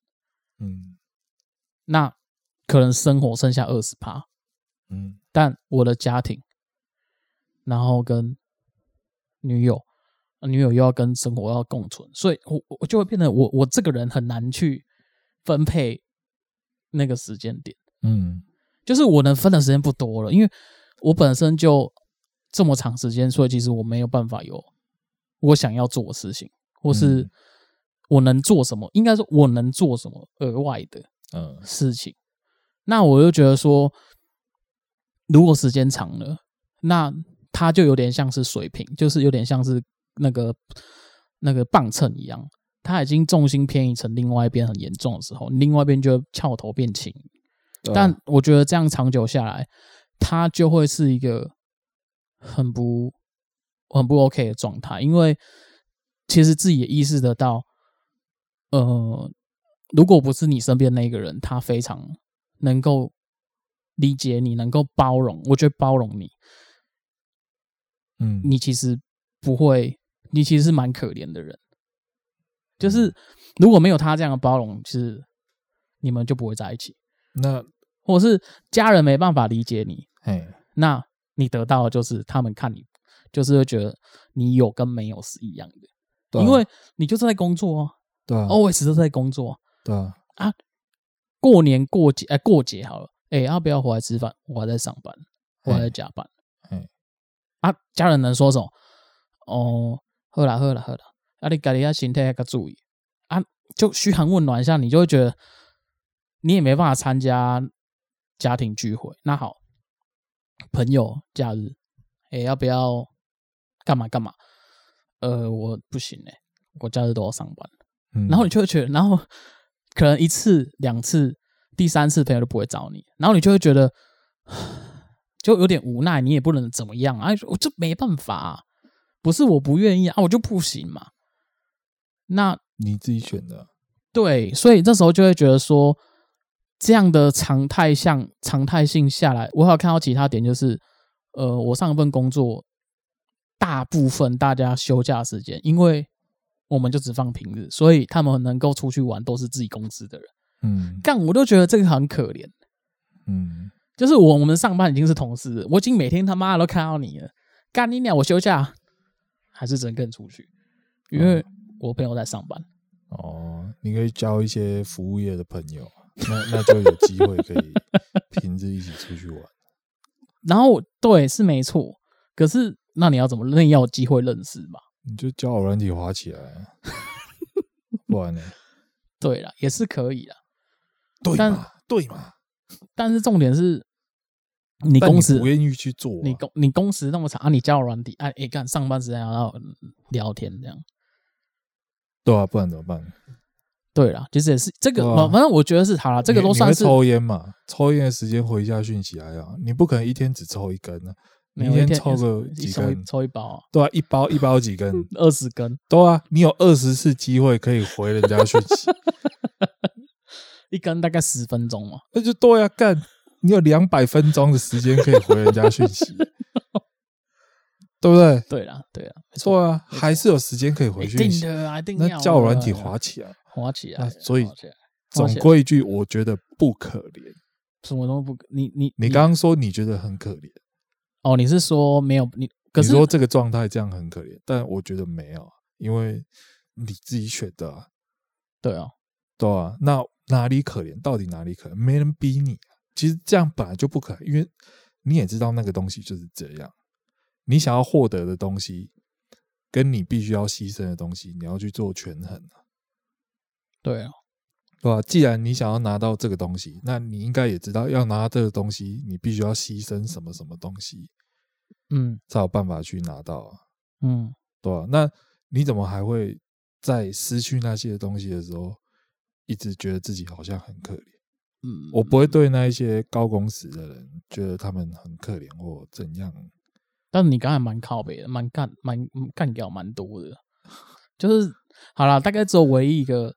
Speaker 1: 嗯
Speaker 2: 那可能生活剩下二十趴。
Speaker 1: 嗯
Speaker 2: 但我的家庭，然后跟女友，呃女友又要跟生活要共存，所以我我就会变得我我这个人很难去分配那个时间点，
Speaker 1: 嗯
Speaker 2: 就是我能分的时间不多了，因为我本身就这么长时间，所以其实我没有办法有我想要做的事情，或是
Speaker 1: 嗯
Speaker 2: 我能做什么，应该说我能做什么额外的，
Speaker 1: 嗯
Speaker 2: 事情。那我就觉得说，如果时间长了，那它就有点像是水平，就是有点像是那个那个磅秤一样，它已经重心偏移成另外一边很严重的时候，另外一边就会翘头变轻。
Speaker 1: 对啊
Speaker 2: 但我觉得这样长久下来，它就会是一个很不很不 OK 的状态，因为其实自己也意识得到，呃，如果不是你身边那个人，他非常能够理解你，能够包容，我觉得包容你，
Speaker 1: 嗯
Speaker 2: 你其实不会，你其实是蛮可怜的人。就是如果没有他这样的包容，其实你们就不会在一起，
Speaker 1: 那
Speaker 2: 或者是家人没办法理解你，
Speaker 1: 哎
Speaker 2: 那你得到的就是他们看你，就是会觉得你有跟没有是一样的，
Speaker 1: 对啊
Speaker 2: 因为你就是在工作哦、
Speaker 1: 对啊
Speaker 2: a l w a y s 都在工作啊、
Speaker 1: 对啊
Speaker 2: 过年过节，哎、过节好了，哎、要不要回来吃饭？我还在上班，我还在加班。
Speaker 1: 嗯
Speaker 2: 啊，家人能说什么？哦，喝啦喝啦喝啦，啊，你家己要心态要注意啊，就嘘寒问暖一下，你就会觉得你也没办法参加家庭聚会。那好，朋友假日，哎、要不要干嘛干嘛？呃，我不行哎、我假日都要上班。
Speaker 1: 嗯
Speaker 2: 然后你就会觉得，然后可能一次、两次、第三次朋友都不会找你，然后你就会觉得 就有点无奈，你也不能怎么样啊，我就没办法啊、不是我不愿意啊，我就不行嘛。那
Speaker 1: 你自己选的
Speaker 2: 对，所以这时候就会觉得说，这样的常态像常态性下来，我还有看到其他点就是，呃，我上一份工作大部分大家休假时间，因为我们就只放平日，所以他们能够出去玩都是自己公司的人。
Speaker 1: 嗯
Speaker 2: 干，我都觉得这个很可怜。
Speaker 1: 嗯
Speaker 2: 就是我我们上班已经是同事了，我已经每天他妈的都看到你了。干你娘！我休假还是只能跟你出去，因为我朋友在上班。
Speaker 1: 哦，你可以交一些服务业的朋友，啊那那就有机会可以平日一起出去玩。
Speaker 2: 然后对，是没错，可是那你要怎么认？要有机会认识嘛？
Speaker 1: 你就交友软体滑起 来啊，不然呢？
Speaker 2: 对啦，也是可以啦。
Speaker 1: 对
Speaker 2: 但
Speaker 1: 嘛，对嘛，
Speaker 2: 但是重点是，你
Speaker 1: 但
Speaker 2: 工
Speaker 1: 你
Speaker 2: 时
Speaker 1: 不，愿意去做啊、
Speaker 2: 你工你工时那么长啊，你交友软体，哎、啊、哎，干、上班时间还要聊天这样。
Speaker 1: 对啊，不然怎么办？
Speaker 2: 对啦，其实也是这个，
Speaker 1: 对啊
Speaker 2: 反反正我觉得是好啦，这个
Speaker 1: 你
Speaker 2: 都
Speaker 1: 你
Speaker 2: 算
Speaker 1: 会
Speaker 2: 是
Speaker 1: 抽烟嘛，抽烟的时间回一下讯息还好，你不可能一天只抽一根呢、啊，
Speaker 2: 没
Speaker 1: 你
Speaker 2: 有一天
Speaker 1: 抽个
Speaker 2: 一
Speaker 1: 几
Speaker 2: 抽
Speaker 1: 根
Speaker 2: 一，抽一包、啊，
Speaker 1: 对啊，一包一包几根，
Speaker 2: 二十根，
Speaker 1: 对啊，你有二十次机会可以回人家讯息，
Speaker 2: 一根大概十分钟嘛。
Speaker 1: 那就对啊，干，你有两百分钟的时间可以回人家讯 息，对不对？
Speaker 2: 对啦，对啦，没错，
Speaker 1: 错啊，还是有时间可以回
Speaker 2: 一
Speaker 1: 讯
Speaker 2: 定
Speaker 1: 息。
Speaker 2: 的啊，一定
Speaker 1: 那
Speaker 2: 要
Speaker 1: 叫软体
Speaker 2: 的
Speaker 1: 滑起来，
Speaker 2: 滑起来
Speaker 1: 那
Speaker 2: 了，
Speaker 1: 啊所以
Speaker 2: 滑起来
Speaker 1: 总归一句，我觉得不可怜。
Speaker 2: 什么都不，你你
Speaker 1: 你刚刚说你觉得很可怜，
Speaker 2: 哦，你是说没有你？可是
Speaker 1: 你说这个状态这样很可怜，但我觉得没有，啊因为你自己选的、啊，
Speaker 2: 对哦，
Speaker 1: 对啊，那哪里可怜？到底哪里可怜？没人逼你、啊。其实这样本来就不可能，因为你也知道那个东西就是这样。你想要获得的东西，跟你必须要牺牲的东西，你要去做权衡啊，
Speaker 2: 对哦，
Speaker 1: 对吧、既然你想要拿到这个东西，那你应该也知道，要拿到这个东西，你必须要牺牲什么什么东西，
Speaker 2: 嗯
Speaker 1: 才有办法去拿到啊。
Speaker 2: 嗯，
Speaker 1: 对啊，那你怎么还会在失去那些东西的时候，一直觉得自己好像很可怜？
Speaker 2: 嗯，
Speaker 1: 我不会对那一些高工时的人觉得他们很可怜或怎样。
Speaker 2: 但你刚才蛮靠北的，蛮干蛮嗯干掉蛮多的， 就是好啦，大概只有唯一一个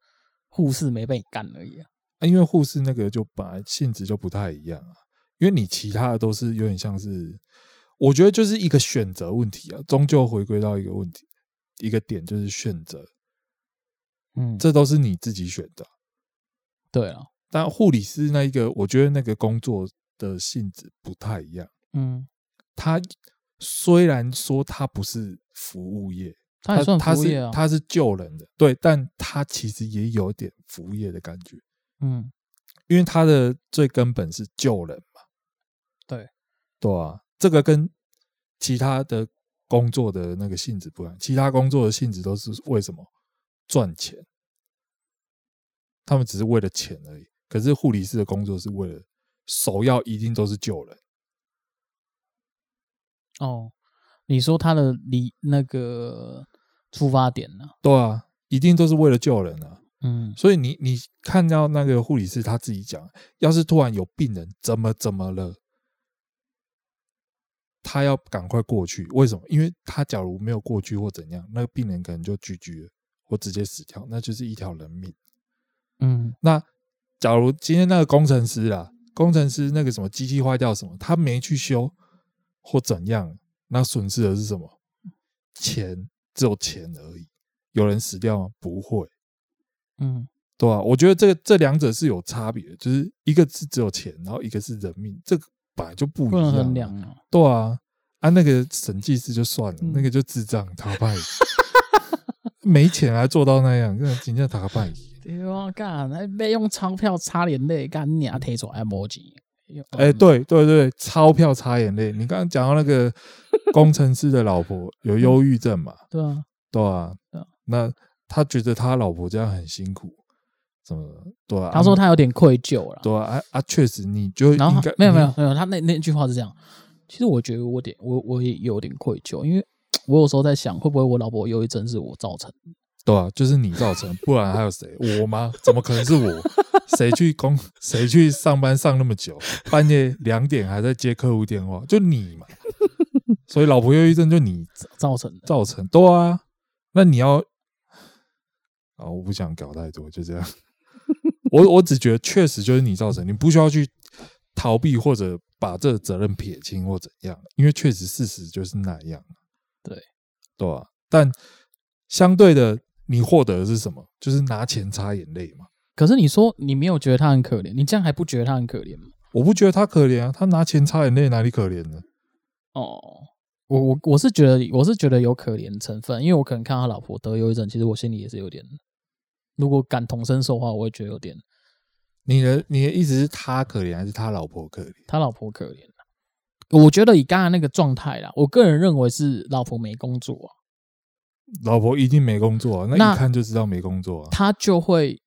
Speaker 2: 护士没被你干而已、啊。
Speaker 1: 啊因为护士那个就本来性质就不太一样啊，因为你其他的都是有点像是，我觉得就是一个选择问题啊，终究回归到一个问题，一个点就是选择，
Speaker 2: 嗯，
Speaker 1: 这都是你自己选的啊。
Speaker 2: 对啊，
Speaker 1: 但护理师那一个，我觉得那个工作的性质不太一样。
Speaker 2: 嗯，
Speaker 1: 他虽然说他不是服务业，
Speaker 2: 他也算
Speaker 1: 他
Speaker 2: 服务业啊
Speaker 1: 是。他是救人的，对，但他其实也有点服务业的感觉，
Speaker 2: 嗯，
Speaker 1: 因为他的最根本是救人嘛，
Speaker 2: 对，
Speaker 1: 对啊，这个跟其他的工作的那个性质不一样，其他工作的性质都是为什么赚钱，他们只是为了钱而已，可是护理师的工作是为了首要一定都是救人。
Speaker 2: 哦，你说他的理那个出发点呢、
Speaker 1: 对啊，一定都是为了救人啊。
Speaker 2: 嗯
Speaker 1: 所以你你看到那个护理师他自己讲，要是突然有病人怎么怎么了，他要赶快过去。为什么？因为他假如没有过去或怎样，那个病人可能就居居了，或直接死掉，那就是一条人命。
Speaker 2: 嗯
Speaker 1: 那假如今天那个工程师啊，工程师那个什么机器坏掉什么，他没去修或怎样，那损失的是什么？钱，只有钱而已。有人死掉吗？不会。
Speaker 2: 嗯
Speaker 1: 对吧、我觉得这个这两者是有差别的，就是一个是只有钱，然后一个是人命，这个本来就不一
Speaker 2: 不能
Speaker 1: 样。
Speaker 2: 衡量啊。
Speaker 1: 对啊，啊那个审计师就算了，
Speaker 2: 嗯
Speaker 1: 那个就智障打败， 没钱还做到那样，那真的打败。
Speaker 2: 对啊，干，还被用钞票擦脸泪，干你啊，提出来没钱。哦嗯
Speaker 1: 哎、对对对，钞票擦眼泪。你刚刚讲到那个工程师的老婆有
Speaker 2: 嗯
Speaker 1: 忧郁症嘛？
Speaker 2: 对啊，
Speaker 1: 对啊
Speaker 2: 对啊，
Speaker 1: 那他觉得他老婆这样很辛苦，怎么了对啊？
Speaker 2: 他说他有点愧疚了。
Speaker 1: 对啊，啊啊，确实你就
Speaker 2: 然后
Speaker 1: 应该
Speaker 2: 没有没
Speaker 1: 你
Speaker 2: 有没有，他那那句话是这样。其实我觉得我有点我我也有点愧疚，因为我有时候在想，会不会我老婆忧郁症是我造成的？
Speaker 1: 对啊，就是你造成，不然还有谁？我吗？怎么可能是我？谁去工？ 谁去上班上那么久？半夜两点还在接客户电话，就你嘛。所以老婆忧郁症就你
Speaker 2: 造成的。
Speaker 1: 造成，对啊。那你要啊，我不想搞太多，就这样。 我我只觉得确实就是你造成，你不需要去逃避或者把这个责任撇清或怎样，因为确实事实就是那样。
Speaker 2: 对，
Speaker 1: 对啊。但相对的，你获得的是什么？就是拿钱擦眼泪嘛。
Speaker 2: 可是你说你没有觉得他很可怜，你这样还不觉得他很可怜吗？
Speaker 1: 我不觉得他可怜啊，他拿钱擦眼泪哪里可怜呢？
Speaker 2: 哦，我我我是觉得我是觉得有可怜成分，因为我可能看他老婆得忧郁症，其实我心里也是有点，如果感同身受的话，我会觉得有点
Speaker 1: 你的你的意思是他可怜，还是他老婆可怜？
Speaker 2: 他老婆可怜、啊、我觉得以刚才那个状态啦，我个人认为是老婆没工作、啊，
Speaker 1: 老婆一定没工作、啊，那
Speaker 2: 那
Speaker 1: 一看就知道没工作啊。
Speaker 2: 她就会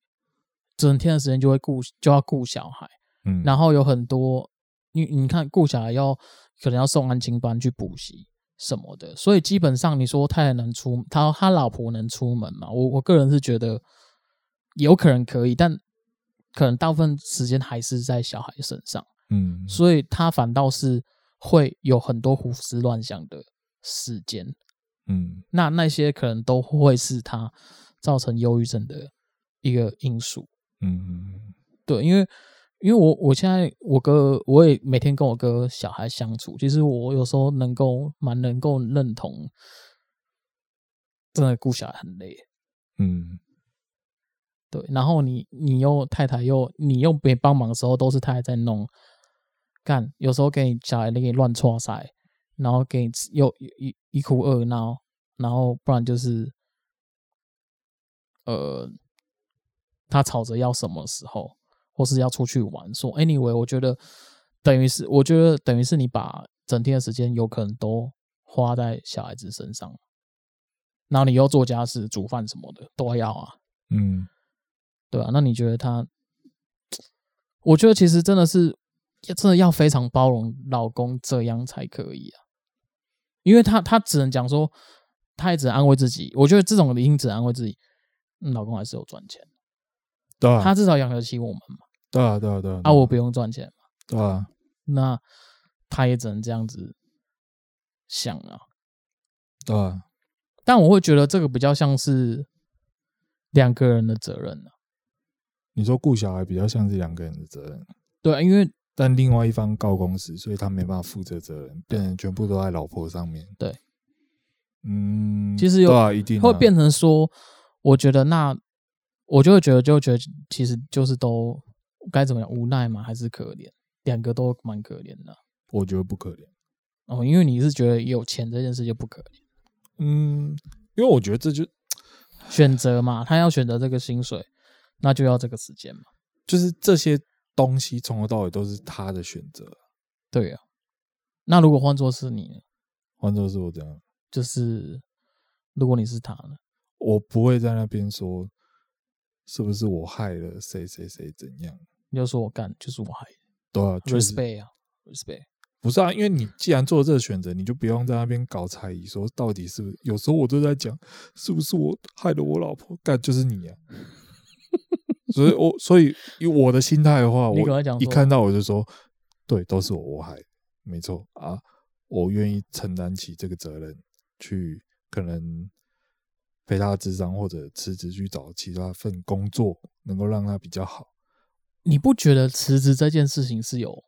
Speaker 2: 整天的时间就会顾就要顾小孩，
Speaker 1: 嗯，
Speaker 2: 然后有很多你你看顾小孩要可能要送安亲班去补习什么的，所以基本上你说太太能出他他老婆能出门嘛？我我个人是觉得有可能可以，但可能大部分时间还是在小孩身上，
Speaker 1: 嗯，
Speaker 2: 所以他反倒是会有很多胡思乱想的时间，
Speaker 1: 嗯
Speaker 2: 那那些可能都会是他造成忧郁症的一个因素。
Speaker 1: 嗯
Speaker 2: 对，因为因为我我现在我哥我也每天跟我哥小孩相处，其实我有时候能够蛮能够认同，真的顾小孩很累。
Speaker 1: 嗯，
Speaker 2: 对，然后你你又太太又你又没帮忙的时候，都是太太在弄，干有时候给你小孩给你乱戳塞，然后给你吃又一一一哭二闹，然后不然就是呃，他吵着要什么时候，或是要出去玩，说 anyway，我觉得等于是我觉得等于是你把整天的时间有可能都花在小孩子身上，然后你又做家事、煮饭什么的都要啊，
Speaker 1: 嗯，
Speaker 2: 对啊，那你觉得他？我觉得其实真的是，真的要非常包容老公这样才可以啊，因为他他只能讲说，他也只能安慰自己。我觉得这种理应只能安慰自己，嗯老公还是有赚钱，
Speaker 1: 对
Speaker 2: 他
Speaker 1: 啊，
Speaker 2: 至少养得起我们嘛，
Speaker 1: 对啊，对啊，对啊，
Speaker 2: 啊，我不用赚钱嘛，
Speaker 1: 对啊，
Speaker 2: 那他也只能这样子想啊。
Speaker 1: 对啊，
Speaker 2: 但我会觉得这个比较像是两个人的责任啊，
Speaker 1: 你说顾小孩比较像是两个人的责任，
Speaker 2: 对啊，因为
Speaker 1: 但另外一方告公司，所以他没办法负责责任，变成全部都在老婆上面。
Speaker 2: 对，
Speaker 1: 嗯，
Speaker 2: 其实有
Speaker 1: 对啊，一定啊
Speaker 2: 会变成说，我觉得那我就会觉得，就会觉得其实就是都该怎么样，无奈嘛，还是可怜，两个都蛮可怜的。
Speaker 1: 我觉得不可怜。
Speaker 2: 哦，因为你是觉得有钱这件事就不可怜，
Speaker 1: 嗯，因为我觉得这就
Speaker 2: 选择嘛，他要选择这个薪水，那就要这个时间嘛。
Speaker 1: 就是这些东西从头到尾都是他的选择。
Speaker 2: 对啊，那如果换作是你呢，
Speaker 1: 换作是我这样，
Speaker 2: 就是如果你是他呢，
Speaker 1: 我不会在那边说是不是我害了谁谁谁怎样。
Speaker 2: 你就说我干，就是我害
Speaker 1: 对啊，确实
Speaker 2: ，respect 啊，respect。
Speaker 1: 不是啊，因为你既然做了这个选择，你就不用在那边搞猜疑，说到底是不是？有时候我都在讲，是不是我害了我老婆？干就是你啊！所以我所以以我的心态的话，
Speaker 2: 你
Speaker 1: 我
Speaker 2: 赶快讲
Speaker 1: 一
Speaker 2: 说
Speaker 1: 看到我就说，对，都是我我害，没错啊，我愿意承担起这个责任，去可能陪他智商或者辞职去找其他份工作，能够让他比较好。
Speaker 2: 你不觉得辞职这件事情是有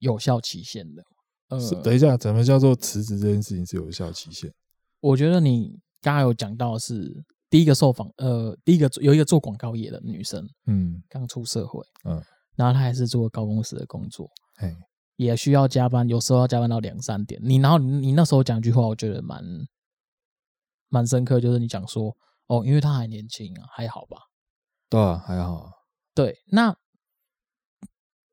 Speaker 2: 有效期限的吗？呃，
Speaker 1: 是等一下，怎么叫做辞职这件事情是有效期限？
Speaker 2: 我觉得你刚刚有讲到的是第一个受访，呃，第一个有一个做广告业的女生
Speaker 1: 嗯
Speaker 2: 刚出社会，
Speaker 1: 嗯，
Speaker 2: 然后她还是做高公司的工作，
Speaker 1: 嘿。
Speaker 2: 也需要加班，有时候要加班到两三点。你然后你你那时候讲一句话，我觉得蛮蛮深刻，就是你讲说哦，因为她还年轻啊，还好吧？
Speaker 1: 对啊，还好啊。
Speaker 2: 对，那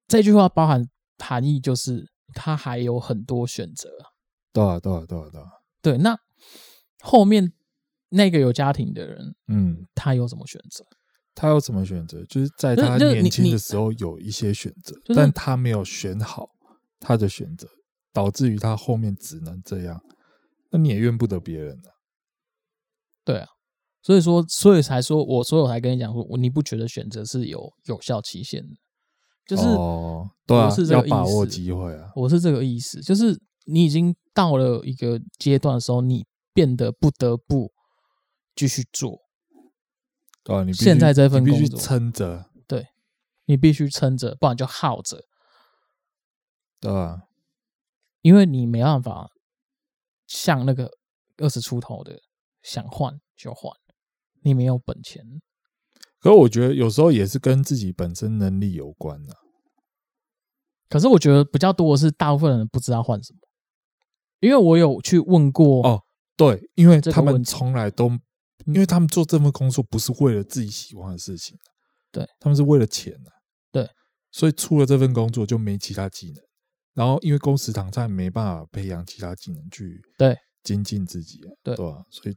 Speaker 2: 这句话包含含义就是她还有很多选择啊。
Speaker 1: 对啊，对啊，对啊，对啊。
Speaker 2: 对，那后面那个有家庭的人，
Speaker 1: 嗯，
Speaker 2: 他有什么选择？
Speaker 1: 他有什么选择？就是在
Speaker 2: 就是
Speaker 1: 他
Speaker 2: 就是
Speaker 1: 年
Speaker 2: 你
Speaker 1: 轻
Speaker 2: 你
Speaker 1: 的时候有一些选择，
Speaker 2: 是
Speaker 1: 但他没有选好他的选择，导致于他后面只能这样。那你也怨不得别人啊。
Speaker 2: 对啊，所以说，所以才说我，所以我才跟你讲说，我你不觉得选择是有有效期限的？就是、
Speaker 1: 哦，对啊
Speaker 2: 我是，这
Speaker 1: 要
Speaker 2: 个意思
Speaker 1: 把握机会啊。
Speaker 2: 我是这个意思，就是你已经到了一个阶段的时候，你变得不得不继续做，
Speaker 1: 对啊，你必须
Speaker 2: 现在这份
Speaker 1: 你必须
Speaker 2: 工作
Speaker 1: 撑着，
Speaker 2: 你必须撑着，不然就耗着，
Speaker 1: 对啊，
Speaker 2: 因为你没办法像那个二十出头的想换就换，你没有本钱。
Speaker 1: 可我觉得有时候也是跟自己本身能力有关的、啊。
Speaker 2: 可是我觉得比较多的是，大部分人不知道换什么，因为我有去问过，
Speaker 1: 哦对，因为
Speaker 2: 这个
Speaker 1: 他们
Speaker 2: 问题嗯
Speaker 1: 从来都，因为他们做这份工作不是为了自己喜欢的事情，啊
Speaker 2: 对
Speaker 1: 他们是为了钱啊，
Speaker 2: 对，
Speaker 1: 所以出了这份工作就没其他技能，然后因为工时长，他也没办法培养其他技能去
Speaker 2: 对
Speaker 1: 精进自己、啊，
Speaker 2: 对
Speaker 1: 对吧、所以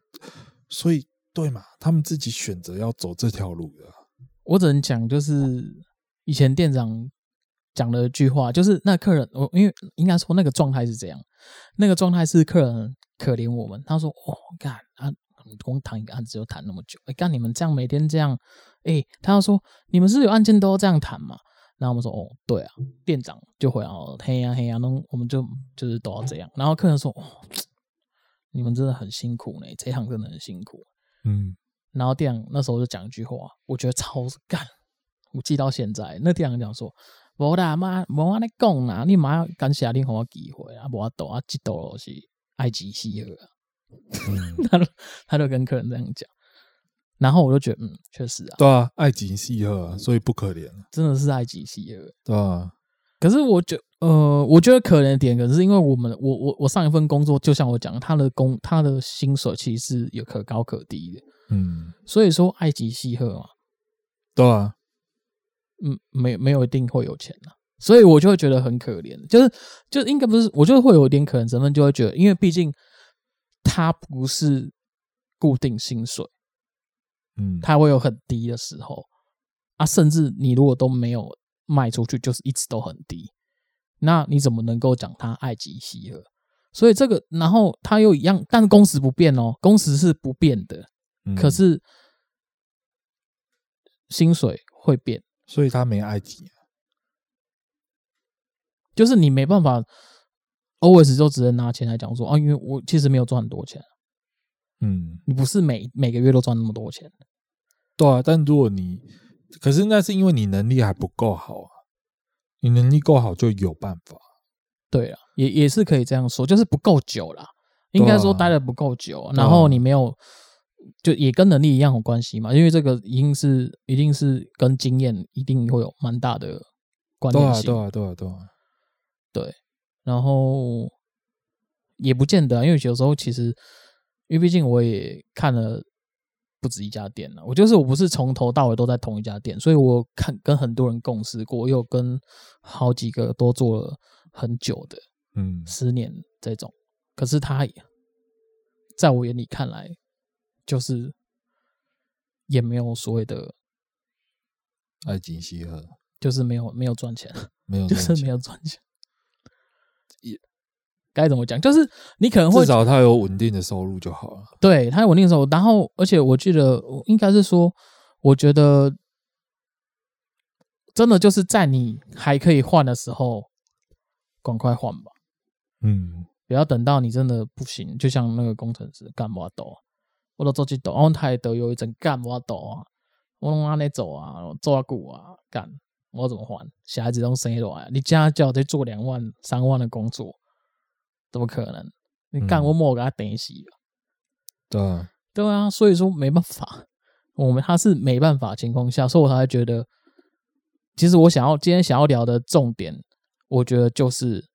Speaker 1: 所以对嘛，他们自己选择要走这条路的啊、
Speaker 2: 我只能讲，就是以前店长讲了一句话，就是那客人，我因为应该说那个状态是这样，那个状态是客人很可怜我们，他说：“哦，干啊，光谈一个案子就谈那么久，哎、干你们这样每天这样，哎、他要说你们是有案件都要这样谈嘛？”然后我们说：“哦，对啊。”店长就回来哦，嘿呀、嘿呀、那我们就就是都要这样。然后客人说：“哦，你们真的很辛苦呢，这一行真的很辛苦。”
Speaker 1: 嗯，
Speaker 2: 然后店长那时候就讲一句话，我觉得超干，我记到现在。那店长讲说：“无啦妈，无安尼讲啦，你妈感谢你给我机会啊，无我倒啊，这倒就是爱极死了。
Speaker 1: 嗯
Speaker 2: 他就他就跟客人这样讲，然后我就觉得，嗯，确实啊，
Speaker 1: 对啊，爱情戏鹤、啊，所以不可怜，
Speaker 2: 真的是爱极死了。
Speaker 1: 对吧、啊？
Speaker 2: 可是我觉呃，我觉得可怜的点，可能是因为我们我我我上一份工作，就像我讲的，他的工他的薪水其实是有可高可低的，
Speaker 1: 嗯，
Speaker 2: 所以说爱及西鹤嘛，
Speaker 1: 对啊，
Speaker 2: 嗯，没没有一定会有钱的、所以我就会觉得很可怜，就是就应该不是，我就会有一点可怜成分，就会觉得，因为毕竟他不是固定薪水，
Speaker 1: 嗯，
Speaker 2: 它会有很低的时候啊，甚至你如果都没有卖出去，就是一直都很低，那你怎么能够讲它爱及西和？所以这个，然后它又一样，但是工时不变哦，工时是不变的，
Speaker 1: 嗯
Speaker 2: 可是薪水会变，
Speaker 1: 所以他没啊埃及、
Speaker 2: 就是你没办法 always 就只能拿钱来讲说啊，因为我其实没有赚很多钱，啊
Speaker 1: 嗯，
Speaker 2: 你不是每每个月都赚那么多钱，
Speaker 1: 对啊，但如果你，可是那是因为你能力还不够好啊，你能力够好就有办法，
Speaker 2: 对啊，也也是可以这样说，就是不够久啦，应该说
Speaker 1: 对啊
Speaker 2: 待的不够久，
Speaker 1: 对啊
Speaker 2: 然后你没有，就也跟能力一样有关系嘛，因为这个一定是一定是跟经验一定会有蛮大的关
Speaker 1: 对
Speaker 2: 联
Speaker 1: 啊，
Speaker 2: 性，
Speaker 1: 对啊，对啊，对啊，
Speaker 2: 然后也不见得啊、因为有时候其实，因为毕竟我也看了不止一家店啊了，我就是我不是从头到尾都在同一家店，所以我看跟很多人共事过，我有跟好几个都做了很久的，
Speaker 1: 嗯，
Speaker 2: 十年这种，可是他在我眼里看来，就是也没有所谓的，
Speaker 1: 埃及西河
Speaker 2: 就是没有没有赚钱，
Speaker 1: 没有
Speaker 2: 就
Speaker 1: 赚钱，
Speaker 2: 是没有赚钱。该怎么讲？就是你可能会
Speaker 1: 至少他有稳定的收入就好了。
Speaker 2: 对他有稳定的时候，然后而且我记得我应该是说，我觉得真的就是在你还可以换的时候，赶快换吧。
Speaker 1: 嗯，
Speaker 2: 不要等到你真的不行，就像那个工程师干嘛抖，我都做去抖，我太抖有一阵干嘛抖啊，我拢安尼做啊，做啊久啊，干我怎么还？小孩子都生下来，你家叫我去做两万、三万的工作，怎么可能？你干
Speaker 1: 嗯
Speaker 2: 我莫给他等死吧
Speaker 1: 对啊，
Speaker 2: 对啊，所以说没办法，我们他是没办法的情况下，所以我才会觉得，其实我想要今天想要聊的重点，我觉得就是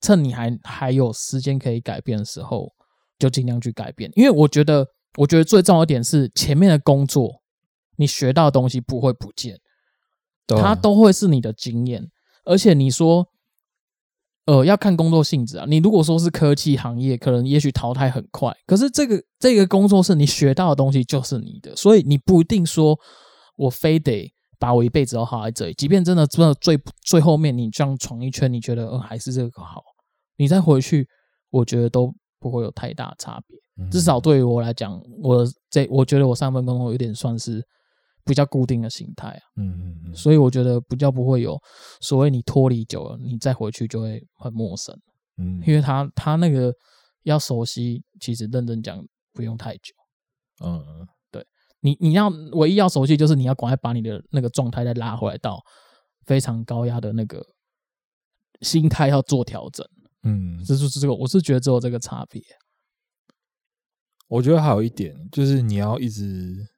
Speaker 2: 趁你还还有时间可以改变的时候，就尽量去改变，因为我觉得，我觉得最重要的点是前面的工作，你学到的东西不会不见，
Speaker 1: 对啊
Speaker 2: 它都会是你的经验。而且你说，呃，要看工作性质啊。你如果说是科技行业，可能也许淘汰很快，可是这个这个工作是你学到的东西就是你的，所以你不一定说我非得把我一辈子都耗在这里。即便真的真的最最后面你这样闯一圈，你觉得嗯、呃还是这个好，你再回去，我觉得都不会有太大差别。
Speaker 1: 嗯
Speaker 2: 至少对于我来讲，我这我觉得我上份工作有点算是比较固定的形态啊。
Speaker 1: 嗯嗯嗯，
Speaker 2: 所以我觉得比较不会有所谓你脱离久了，你再回去就会很陌生，
Speaker 1: 嗯
Speaker 2: 因为他他那个要熟悉，其实认真讲不用太久。
Speaker 1: 嗯嗯
Speaker 2: 你你要唯一要熟悉就是你要赶快把你的那个状态再拉回来到非常高压的那个心态要做调整，
Speaker 1: 嗯，
Speaker 2: 这就是这个我是觉得只有这个差别。
Speaker 1: 我觉得还有一点就是你要一直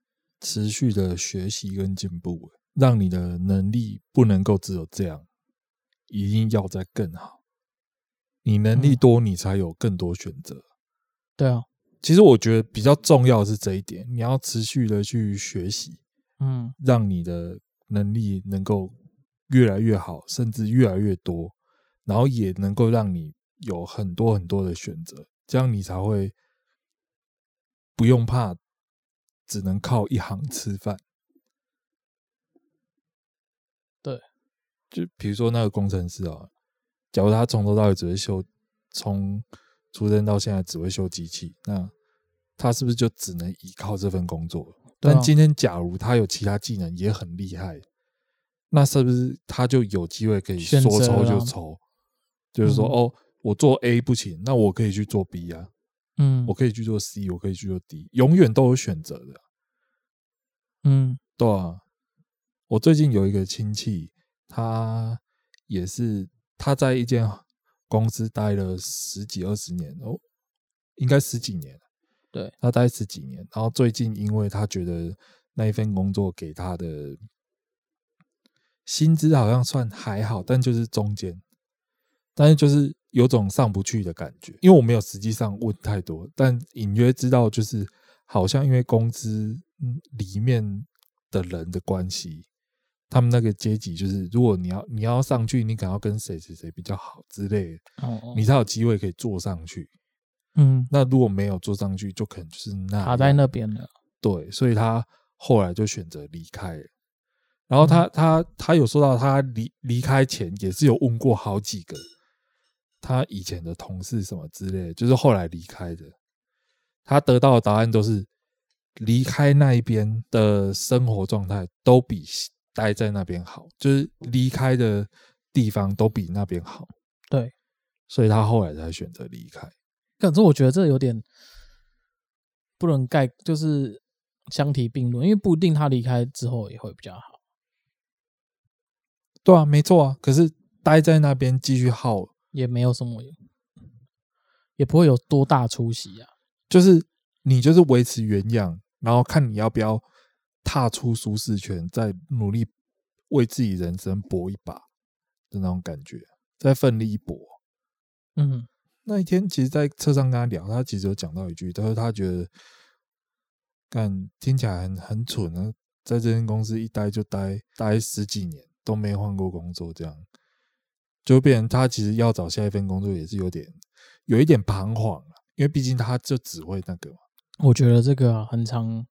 Speaker 1: 持续的学习跟进步，让你的能力不能够只有这样，一定要再更好。你能力
Speaker 2: 嗯
Speaker 1: 多，你才有更多选择。
Speaker 2: 对啊，
Speaker 1: 其实我觉得比较重要的是这一点，你要持续的去学习，
Speaker 2: 嗯
Speaker 1: 让你的能力能够越来越好，甚至越来越多，然后也能够让你有很多很多的选择，这样你才会不用怕只能靠一行吃饭。
Speaker 2: 对，
Speaker 1: 就比如说那个工程师啊，假如他从头到尾只会修，从出生到现在只会修机器，那他是不是就只能依靠这份工作了？
Speaker 2: 对啊
Speaker 1: 但今天假如他有其他技能也很厉害，那是不是他就有机会可以
Speaker 2: 选
Speaker 1: 说
Speaker 2: 择
Speaker 1: 抽就
Speaker 2: 了
Speaker 1: 抽？就是说，
Speaker 2: 嗯
Speaker 1: 哦，我做 A 不行，那我可以去做 B 啊，
Speaker 2: 嗯
Speaker 1: 我可以去做 C，我可以去做 D，永远都有选择的。
Speaker 2: 嗯
Speaker 1: 对啊，我最近有一个亲戚，他也是他在一间公司待了十几二十年哦，应该十几年了。
Speaker 2: 对，
Speaker 1: 他待十几年，然后最近因为他觉得那一份工作给他的薪资好像算还好，但就是中间，但是就是有种上不去的感觉，因为我没有实际上问太多，但隐约知道就是好像因为公司嗯里面的人的关系，他们那个阶级就是如果你要你要上去，你可能要跟谁谁谁比较好之类的，
Speaker 2: 哦，
Speaker 1: 你才有机会可以坐上去。
Speaker 2: 嗯，
Speaker 1: 那如果没有坐上去，就可能就是那样
Speaker 2: 卡在那边
Speaker 1: 嗯
Speaker 2: 了。
Speaker 1: 对，所以他后来就选择离开了。然后他、他他有说到，他离离开前也是有问过好几个他以前的同事什么之类的，就是后来离开的。他得到的答案都是离开那一边的生活状态都比待在那边好，就是离开的地方都比那边好，
Speaker 2: 对，
Speaker 1: 所以他后来才选择离开。
Speaker 2: 可是我觉得这有点不能盖，就是相提并论，因为不一定他离开之后也会比较好。
Speaker 1: 对啊，没错啊。可是待在那边继续耗，
Speaker 2: 也没有什么，也不会有多大出息啊。
Speaker 1: 就是你就是维持原样，然后看你要不要踏出舒适圈，再努力为自己人生搏一把的那种感觉，再奋力一搏。
Speaker 2: 嗯，
Speaker 1: 那一天，其实，在车上跟他聊，他其实有讲到一句，他说他觉得，干听起来很很蠢啊，在这间公司一待就待待十几年都没换过工作，这样就变成他其实要找下一份工作也是有点有一点彷徨啊，因为毕竟他就只会那个嘛，
Speaker 2: 我觉得这个啊很常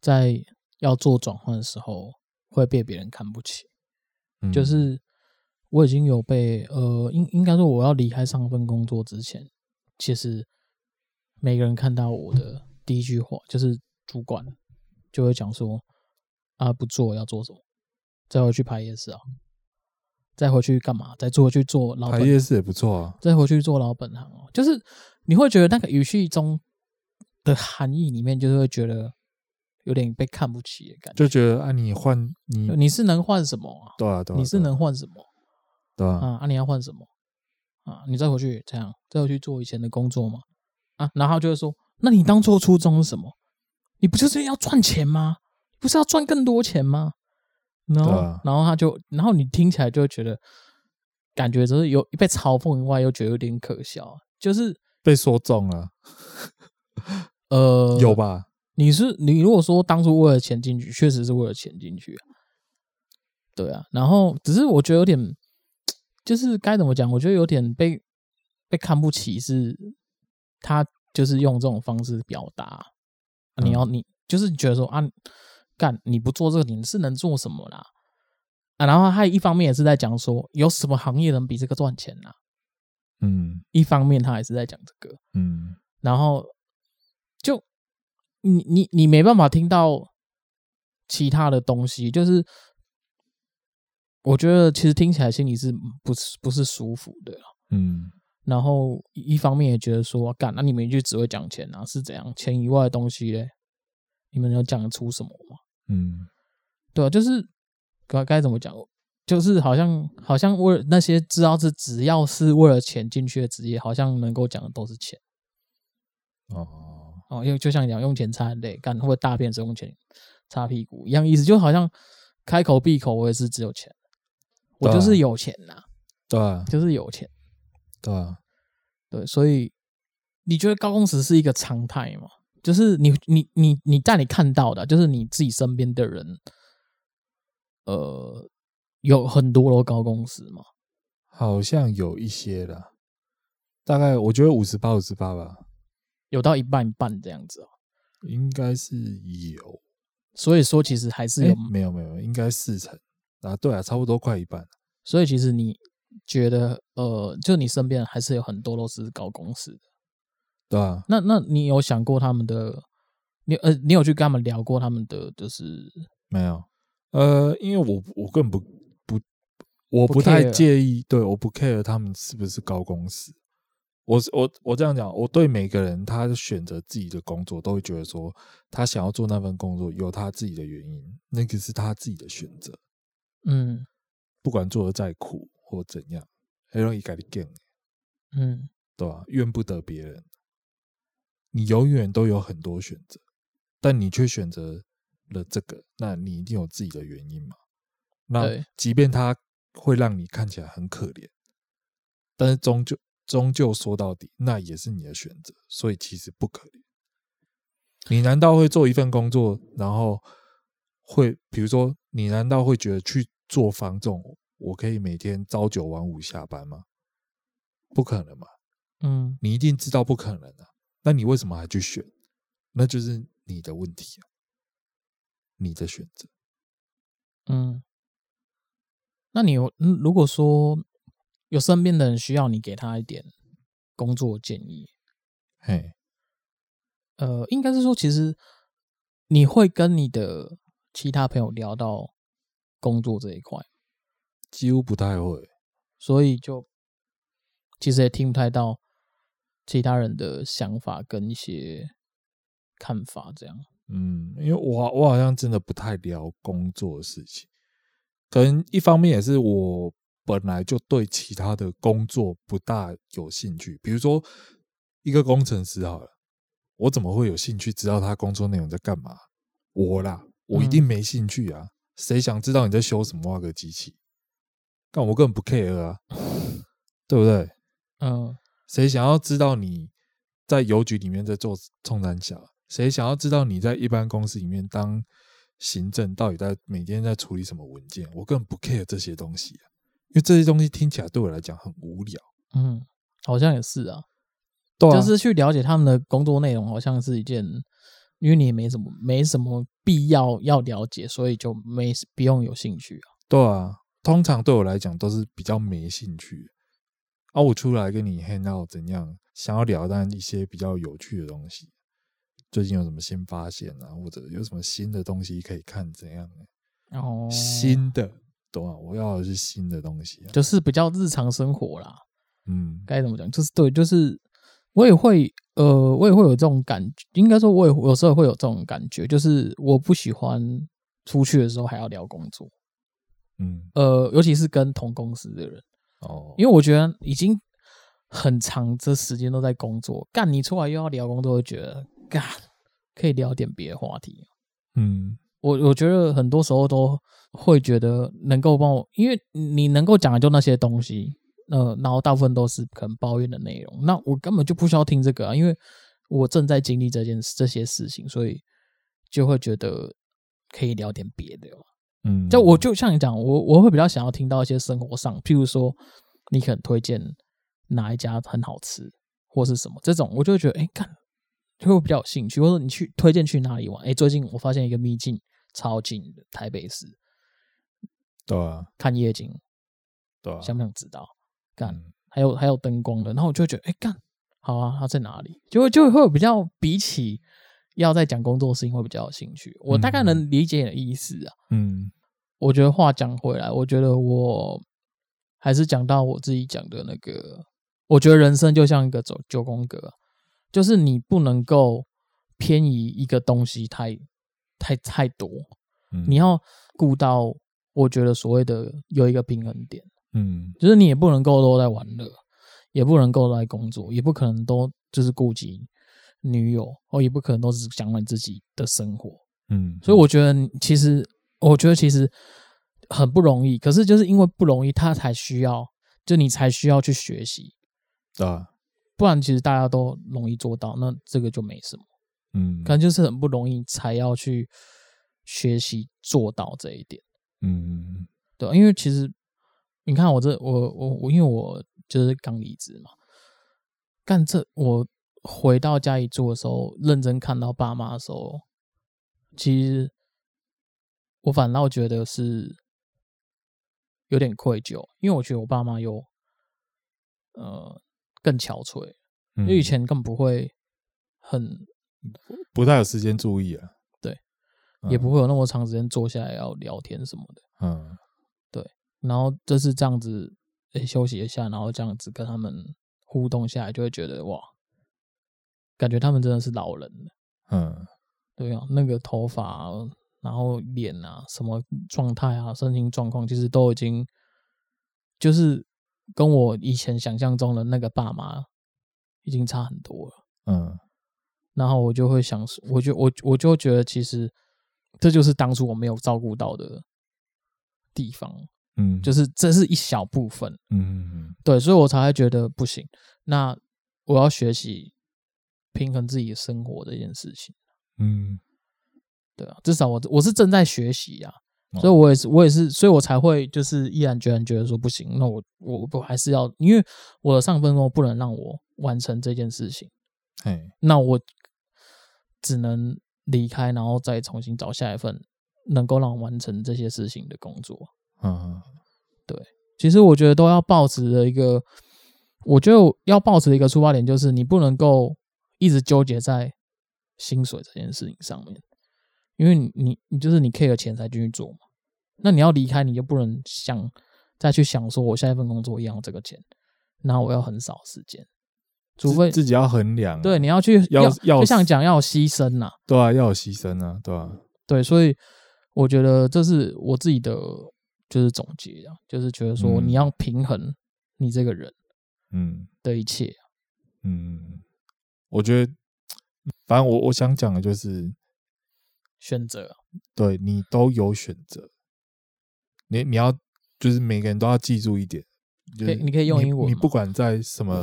Speaker 2: 在要做转换的时候会被别人看不起。
Speaker 1: 嗯
Speaker 2: 就是我已经有被呃，应应该说我要离开上份工作之前，其实每个人看到我的第一句话就是主管就会讲说啊，不做要做什么，再回去排夜市啊，再回去干嘛？再做回去做老
Speaker 1: 排
Speaker 2: 本，
Speaker 1: 夜市也不错啊，
Speaker 2: 再回去做老本行哦。就是你会觉得那个语气中的含义里面，就是会觉得有点被看不起的感觉。
Speaker 1: 就觉得啊，你换你
Speaker 2: 你是能换什么啊？
Speaker 1: 对啊对啊，
Speaker 2: 你是
Speaker 1: 对啊
Speaker 2: 能换什么？
Speaker 1: 对啊，
Speaker 2: 啊啊，你要换什么？啊，你再回去这样，再回去做以前的工作嘛？啊，然后他就会说，那你当初初衷是什么？你不就是要赚钱吗？不是要赚更多钱吗？然后，
Speaker 1: 对啊
Speaker 2: 然后他就，然后你听起来就会觉得，感觉就是有被嘲讽以外，又觉得有点可笑，啊就是
Speaker 1: 被说中了，
Speaker 2: 呃，
Speaker 1: 有吧？
Speaker 2: 你是你如果说当初为了钱进去，确实是为了钱进去、啊，对啊。然后只是我觉得有点，就是该怎么讲？我觉得有点被被看不起是，他就是用这种方式表达。啊你要你就是觉得说啊，干你不做这个你是能做什么啦？啊，然后他一方面也是在讲说，有什么行业能比这个赚钱啦？
Speaker 1: 嗯
Speaker 2: 一方面他也是在讲这个，
Speaker 1: 嗯，
Speaker 2: 然后就你你你没办法听到其他的东西，就是我觉得其实听起来心里是不是不是舒服的啦。
Speaker 1: 嗯，
Speaker 2: 然后一一方面也觉得说，干，那、你们就只会讲钱啊，是怎样？钱以外的东西嘞，你们有讲得出什么吗？
Speaker 1: 嗯，
Speaker 2: 对啊，就是该该怎么讲，就是好像好像为了那些知道是只要是为了钱进去的职业，好像能够讲的都是钱。
Speaker 1: 哦，
Speaker 2: 哦，因为就像你讲用钱擦眼泪，干或者大便时候用钱擦屁股一样意思，就好像开口闭口我也是只有钱，我
Speaker 1: 对啊
Speaker 2: 就是有钱呐、
Speaker 1: 对啊，
Speaker 2: 就是有钱。
Speaker 1: 对啊，
Speaker 2: 对，所以你觉得高工时是一个常态吗？就是你你你你在你看到的，就是你自己身边的人，呃，有很多都高工时嘛。
Speaker 1: 好像有一些啦，大概我觉得五十八五十八吧，
Speaker 2: 有到一半一半这样子哦，
Speaker 1: 应该是有，
Speaker 2: 所以说其实还是有
Speaker 1: 诶，没有没有，应该四成啊，对啊，差不多快一半，
Speaker 2: 所以其实你觉得呃，就你身边还是有很多都是高工时的。
Speaker 1: 对啊，
Speaker 2: 那那你有想过他们的？你呃，你有去跟他们聊过他们的就是
Speaker 1: 没有，呃，因为我我根本不不，我
Speaker 2: 不
Speaker 1: 不太
Speaker 2: care
Speaker 1: 介意，对，我不 care 他们是不是高公司。我是我我这样讲，我对每个人他选择自己的工作，都会觉得说他想要做那份工作有他自己的原因，那个是他自己的选择。
Speaker 2: 嗯
Speaker 1: 不管做的再苦或怎样，很容易改变，
Speaker 2: 嗯
Speaker 1: 对吧、怨不得别人。你永远都有很多选择，但你却选择了这个，那你一定有自己的原因嘛？那
Speaker 2: 对
Speaker 1: 即便它会让你看起来很可怜，但是终究终究说到底，那也是你的选择，所以其实不可怜。你难道会做一份工作，然后会比如说，你难道会觉得去做房仲，我可以每天朝九晚五下班吗？不可能嘛，
Speaker 2: 嗯，
Speaker 1: 你一定知道不可能啊。那你为什么还去选？那就是你的问题啊，你的选择。
Speaker 2: 嗯，那你有，嗯如果说有身边的人需要你给他一点工作建议，
Speaker 1: 嘿，
Speaker 2: 呃，应该是说，其实你会跟你的其他朋友聊到工作这一块，
Speaker 1: 几乎不太会。
Speaker 2: 所以就其实也听不太到其他人的想法跟一些看法，这样。
Speaker 1: 嗯，因为我我好像真的不太聊工作的事情，可能一方面也是我本来就对其他的工作不大有兴趣，比如说一个工程师好了，我怎么会有兴趣知道他工作内容在干嘛？我啦，我一定没兴趣啊！谁想知道你在修什么那个机器？但我根本不 care 啊，对不对？
Speaker 2: 嗯
Speaker 1: 谁想要知道你在邮局里面在做冲南小？啊谁想要知道你在一般公司里面当行政到底在每天在处理什么文件？我根本不 care 这些东西、啊，因为这些东西听起来对我来讲很无聊。
Speaker 2: 嗯，好像也是啊，
Speaker 1: 对啊，
Speaker 2: 就是去了解他们的工作内容，好像是一件，因为你也没什么没什么必要要了解，所以就没不用有兴趣啊。
Speaker 1: 对啊，通常对我来讲都是比较没兴趣的。啊，我出来跟你 hang out 怎样？想要聊但一些比较有趣的东西，最近有什么新发现啊，或者有什么新的东西可以看怎样啊、
Speaker 2: 然后
Speaker 1: 新的，懂吗？我要的是新的东西、啊。
Speaker 2: 就是比较日常生活啦，
Speaker 1: 嗯，
Speaker 2: 该怎么讲？就是对，就是我也会呃，我也会有这种感觉，应该说我也有时候会有这种感觉，就是我不喜欢出去的时候还要聊工作，
Speaker 1: 嗯，
Speaker 2: 呃，尤其是跟同公司的人。
Speaker 1: 哦，
Speaker 2: 因为我觉得已经很长这时间都在工作，干你出来又要聊工作，我就觉得干可以聊点别的话题。
Speaker 1: 嗯，
Speaker 2: 我我觉得很多时候都会觉得能够帮我，因为你能够讲的就那些东西，呃，然后大部分都是可能抱怨的内容，那我根本就不需要听这个啊，因为我正在经历这件这些事情，所以就会觉得可以聊点别的、哦。
Speaker 1: 嗯，
Speaker 2: 就我就像你讲，我我会比较想要听到一些生活上，譬如说你可能推荐哪一家很好吃，或是什么这种，我就会觉得哎，看、就会比较有兴趣，或者你去推荐去哪里玩？哎，最近我发现一个秘境超近的台北市，
Speaker 1: 对啊，
Speaker 2: 看夜景，
Speaker 1: 对啊，
Speaker 2: 想不想知道？干，
Speaker 1: 嗯
Speaker 2: 还有还有灯光的，然后我就会觉得哎，干、好啊，它在哪里？就会就会有比较比起要在讲工作的事情会比较有兴趣，我大概
Speaker 1: 嗯
Speaker 2: 能理解你的意思啊。
Speaker 1: 嗯
Speaker 2: 我觉得话讲回来，我觉得我还是讲到我自己讲的那个，我觉得人生就像一个走九宫格啊，就是你不能够偏移一个东西太太太多，
Speaker 1: 嗯，
Speaker 2: 你要顾到我觉得所谓的有一个平衡点，
Speaker 1: 嗯
Speaker 2: 就是你也不能够都在玩乐，也不能够都在工作，也不可能都就是顾及女友，哦，也不可能都只想你自己的生活，
Speaker 1: 嗯，
Speaker 2: 所以我觉得你其实，我觉得其实很不容易。可是就是因为不容易，他才需要，就你才需要去学习，
Speaker 1: 对啊，
Speaker 2: 不然其实大家都容易做到，那这个就没什么。
Speaker 1: 嗯，
Speaker 2: 可能就是很不容易才要去学习做到这一点，
Speaker 1: 嗯
Speaker 2: 对啊吧因为其实你看我这我我我，因为我就是刚离职嘛，干这我回到家里住的时候，认真看到爸妈的时候，其实我反倒觉得是有点愧疚，因为我觉得我爸妈有呃更憔悴，
Speaker 1: 嗯，
Speaker 2: 因为以前更不会很
Speaker 1: 不太有时间注意啊，
Speaker 2: 对
Speaker 1: 嗯，
Speaker 2: 也不会有那么长时间坐下来要聊天什么的。
Speaker 1: 嗯
Speaker 2: 然后这是这样子，诶、休息一下，然后这样子跟他们互动下来，就会觉得哇，感觉他们真的是老人了，
Speaker 1: 嗯
Speaker 2: 对啊，那个头发啊、然后脸啊，什么状态啊，身心状况，其实都已经就是跟我以前想象中的那个爸妈已经差很多了。
Speaker 1: 嗯
Speaker 2: 然后我就会想说，我就我我就觉得，其实这就是当初我没有照顾到的地方。
Speaker 1: 嗯，
Speaker 2: 就是这是一小部分，
Speaker 1: 嗯
Speaker 2: 对，所以我才会觉得不行。那我要学习平衡自己的生活这件事情，
Speaker 1: 嗯
Speaker 2: 对啊，至少我我是正在学习啊，
Speaker 1: 哦
Speaker 2: 所以我也是我也是，所以我才会就是毅然决然觉得说不行，那我我我还是要，因为我的上分工不能让我完成这件事情，
Speaker 1: 哎
Speaker 2: 那我只能离开，然后再重新找下一份能够让我完成这些事情的工作。
Speaker 1: 啊
Speaker 2: 其实我觉得都要保持的一个，我觉得要保持的一个出发点就是你不能够一直纠结在薪水这件事情上面，因为你你你就是你 care 钱才进去做嘛，那你要离开你就不能想再去想说我下一份工作一样有这个钱，然后我要很少时间，除非
Speaker 1: 自自己要衡量啊，
Speaker 2: 对你要去
Speaker 1: 要要
Speaker 2: 就像讲要有牺牲呐、
Speaker 1: 对啊，要有牺牲啊，对啊，
Speaker 2: 对，所以我觉得这是我自己的就是总结啊，就是觉得说
Speaker 1: 嗯
Speaker 2: 你要平衡你这个人。
Speaker 1: 嗯
Speaker 2: 的一切。啊
Speaker 1: 嗯，我觉得，反正我我想讲的就是，
Speaker 2: 选择，
Speaker 1: 对你都有选择，你你要就是每个人都要记住一点，就
Speaker 2: 可以
Speaker 1: 是
Speaker 2: 你可以用英文
Speaker 1: 你
Speaker 2: 吗
Speaker 1: 不管在什 么，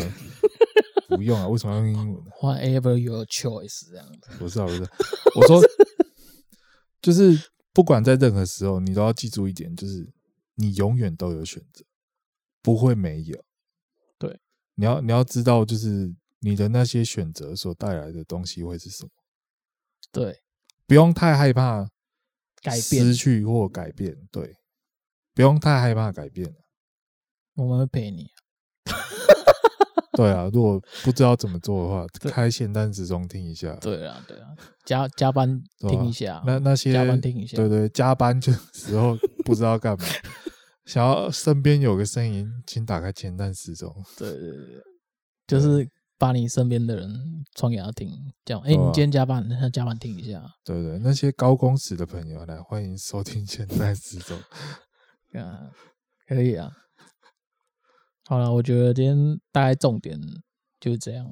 Speaker 1: 不用啊，为什么要用英文呢？
Speaker 2: whatever your choice 这样子。
Speaker 1: 不是啊，不是啊，我 说就是不管在任何时候，你都要记住一点，就是你永远都有选择，不会没有。
Speaker 2: 对，
Speaker 1: 你要你要知道，就是你的那些选择所带来的东西会是什么，
Speaker 2: 对，
Speaker 1: 不用太害怕
Speaker 2: 改
Speaker 1: 失
Speaker 2: 变，
Speaker 1: 去或改变，对，不用太害怕改 变。啊
Speaker 2: 我们会陪你。啊
Speaker 1: 对啊，如果不知道怎么做的话，开现单时钟听一下。
Speaker 2: 对啊，对啊， 加加班
Speaker 1: 对啊
Speaker 2: 听一下，
Speaker 1: 那那些
Speaker 2: 加班听一下
Speaker 1: 对对，加班的时 候不知道干嘛，想要身边有个声音，请打开前段时钟。
Speaker 2: 对对对对，就是把你身边的人传给他听，这样。哎、
Speaker 1: 对啊
Speaker 2: 你今天加班，那加班听一下。啊
Speaker 1: 对对，那些高工时的朋友来，欢迎收听前段时钟。
Speaker 2: 啊，可以啊。好了，我觉得今天大概重点就是这样，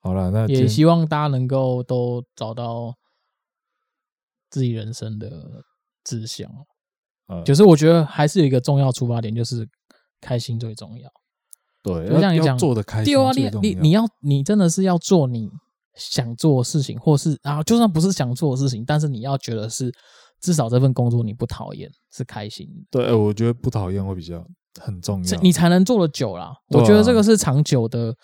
Speaker 1: 好了，那
Speaker 2: 也
Speaker 1: 今
Speaker 2: 希望大家能够都找到自己人生的志向。啊
Speaker 1: 呃
Speaker 2: 就是我觉得还是有一个重要出发点，就是开心最重要。
Speaker 1: 对，
Speaker 2: 就像
Speaker 1: 要
Speaker 2: 你
Speaker 1: 要
Speaker 2: 讲
Speaker 1: 做的开心
Speaker 2: 第二，
Speaker 1: 最
Speaker 2: 你
Speaker 1: 重
Speaker 2: 你你要你真的是要做你想做的事情，或是啊，就算不是想做的事情，但是你要觉得是至少这份工作你不讨厌，是开心的，
Speaker 1: 对，我觉得不讨厌会比较很重
Speaker 2: 这
Speaker 1: 要。
Speaker 2: 你才能做得久啦。
Speaker 1: 对啊
Speaker 2: 我觉得这个是长久的。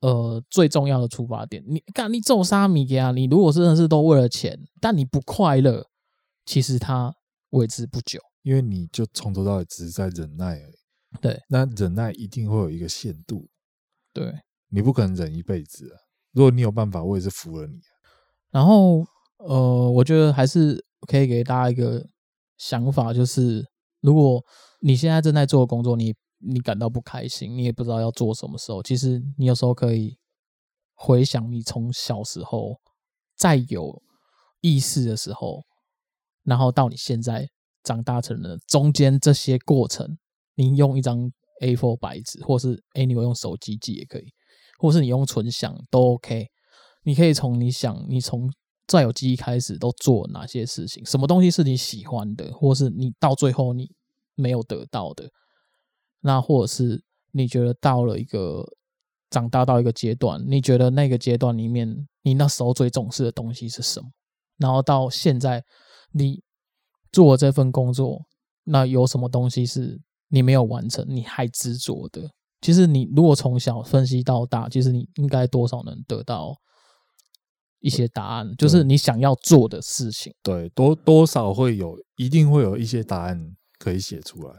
Speaker 2: 呃，最重要的出发点，你干你做沙米给啊，你如果真的是都为了钱，但你不快乐，其实它维持不久。
Speaker 1: 因为你就从头到尾只是在忍耐而已。
Speaker 2: 对，
Speaker 1: 那忍耐一定会有一个限度，
Speaker 2: 对，
Speaker 1: 你不可能忍一辈子啊。如果你有办法，我也是服了你啊。
Speaker 2: 然后呃，我觉得还是可以给大家一个想法，就是如果你现在正在做的工作，你你感到不开心，你也不知道要做什么时候，其实你有时候可以回想你从小时候再有意识的时候，然后到你现在长大成人中间这些过程，你用一张 A4 白纸，或是 anyway 用手机记也可以，或是你用纯想都 OK。你可以从你想，你从再有记忆开始都做哪些事情，什么东西是你喜欢的，或是你到最后你没有得到的，那或者是你觉得到了一个长大到一个阶段，你觉得那个阶段里面你那时候最重视的东西是什么？然后到现在你做这份工作，那有什么东西是你没有完成，你还执着的？其实你如果从小分析到大，其实你应该多少能得到一些答案，就是你想要做的事情。
Speaker 1: 对，多多少会有，一定会有一些答案可以写出来，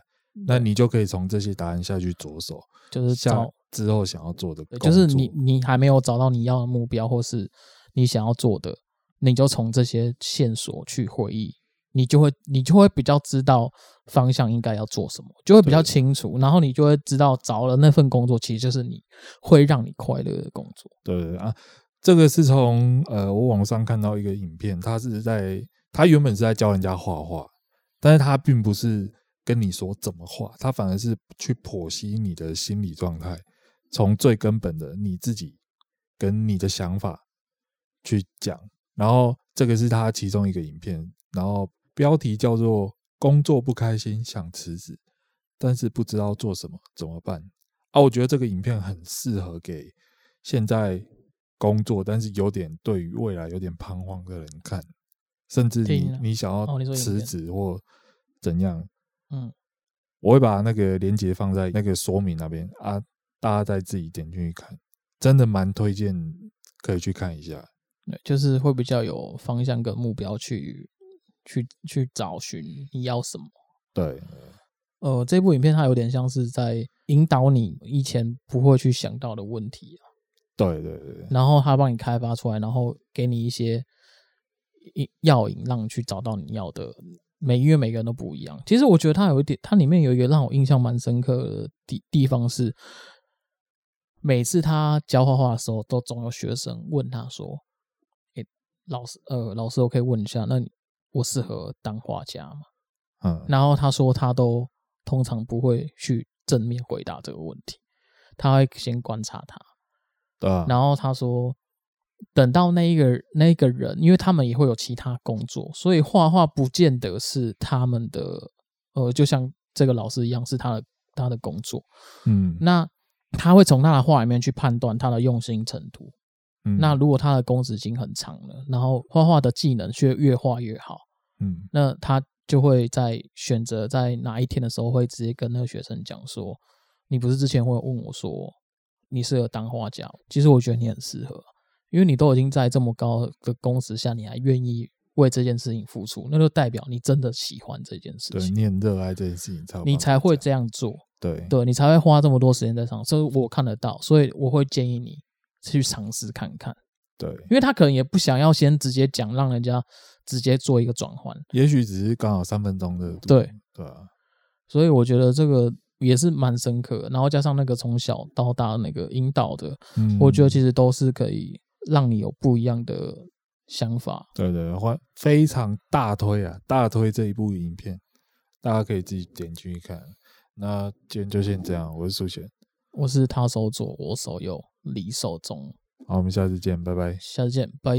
Speaker 1: 那你就可以从这些答案下去着手，
Speaker 2: 就是
Speaker 1: 下
Speaker 2: 找，
Speaker 1: 之后想要做的工作，
Speaker 2: 就是你你还没有找到你要的目标，或是你想要做的，你就从这些线索去回忆，你就会你就会比较知道方向应该要做什么，就会比较
Speaker 1: 对
Speaker 2: 清楚，然后你就会知道找了那份工作，其实就是你会让你快乐的工作。
Speaker 1: 对对啊，这个是从呃我网上看到一个影片，他是在他原本是在教人家画画，但是他并不是跟你说怎么画，他反而是去剖析你的心理状态，从最根本的你自己跟你的想法去讲。然后这个是他其中一个影片，然后标题叫做“工作不开心想辞职，但是不知道做什么怎么办啊？我觉得这个影片很适合给现在工作，但是有点对于未来有点彷徨的人看，甚至
Speaker 2: 听
Speaker 1: 你
Speaker 2: 了
Speaker 1: 你想
Speaker 2: 哦
Speaker 1: 要
Speaker 2: 你说影
Speaker 1: 辞
Speaker 2: 片
Speaker 1: 职或怎样，
Speaker 2: 嗯，
Speaker 1: 我会把那个链接放在那个说明那边啊，大家再自己点进去看，真的蛮推荐可以去看一下。
Speaker 2: 对，就是会比较有方向跟目标去去去找寻你要什么。
Speaker 1: 对，
Speaker 2: 呃，这部影片它有点像是在引导你以前不会去想到的问题、啊，
Speaker 1: 对对对对，
Speaker 2: 然后它帮你开发出来，然后给你一些一药引，让你去找到你要的。每因为每个人都不一样，其实我觉得它有一点，它里面有一个让我印象蛮深刻的地地方是，每次他教画画的时候，都总有学生问他说：“诶、老师，呃，老师，我可以问一下，那你我适合当画家吗？”
Speaker 1: 嗯，
Speaker 2: 然后他说他都通常不会去正面回答这个问题，他会先观察他。
Speaker 1: 对啊，
Speaker 2: 然后他说，等到那一个那个人，因为他们也会有其他工作，所以画画不见得是他们的，呃，就像这个老师一样是他的他的工作。
Speaker 1: 嗯，
Speaker 2: 那他会从他的画里面去判断他的用心程度。
Speaker 1: 嗯
Speaker 2: 那如果他的工时已经很长了，然后画画的技能却越画越好，
Speaker 1: 嗯
Speaker 2: 那他就会在选择在哪一天的时候，会直接跟那个学生讲说：“你不是之前会问我说你适合当画家？其实我觉得你很适合，因为你都已经在这么高的工时下，你还愿意为这件事情付出，那就代表你真的喜欢这件事
Speaker 1: 对，
Speaker 2: 情，
Speaker 1: 你很热爱这件事情，才有
Speaker 2: 你
Speaker 1: 办法
Speaker 2: 才会
Speaker 1: 这
Speaker 2: 这样做，
Speaker 1: 样对
Speaker 2: 对你才会花这么多时间在上。这我看得到，所以我会建议你去尝试看看，
Speaker 1: 对，
Speaker 2: 因为他可能也不想要先直接讲，让人家直接做一个转换。”
Speaker 1: 也许只是刚好三分钟的，
Speaker 2: 对
Speaker 1: 对啊，
Speaker 2: 所以我觉得这个也是蛮深刻的。然后加上那个从小到大那个引导的，
Speaker 1: 嗯，
Speaker 2: 我觉得其实都是可以让你有不一样的想法。
Speaker 1: 对对，对欢非常大推啊，大推这一部影片，大家可以自己点进去看。那今天就先这样，我是苏贤，
Speaker 2: 我是他手左，我手右，李手中。
Speaker 1: 好，我们下次见，拜拜。
Speaker 2: 下次见，拜。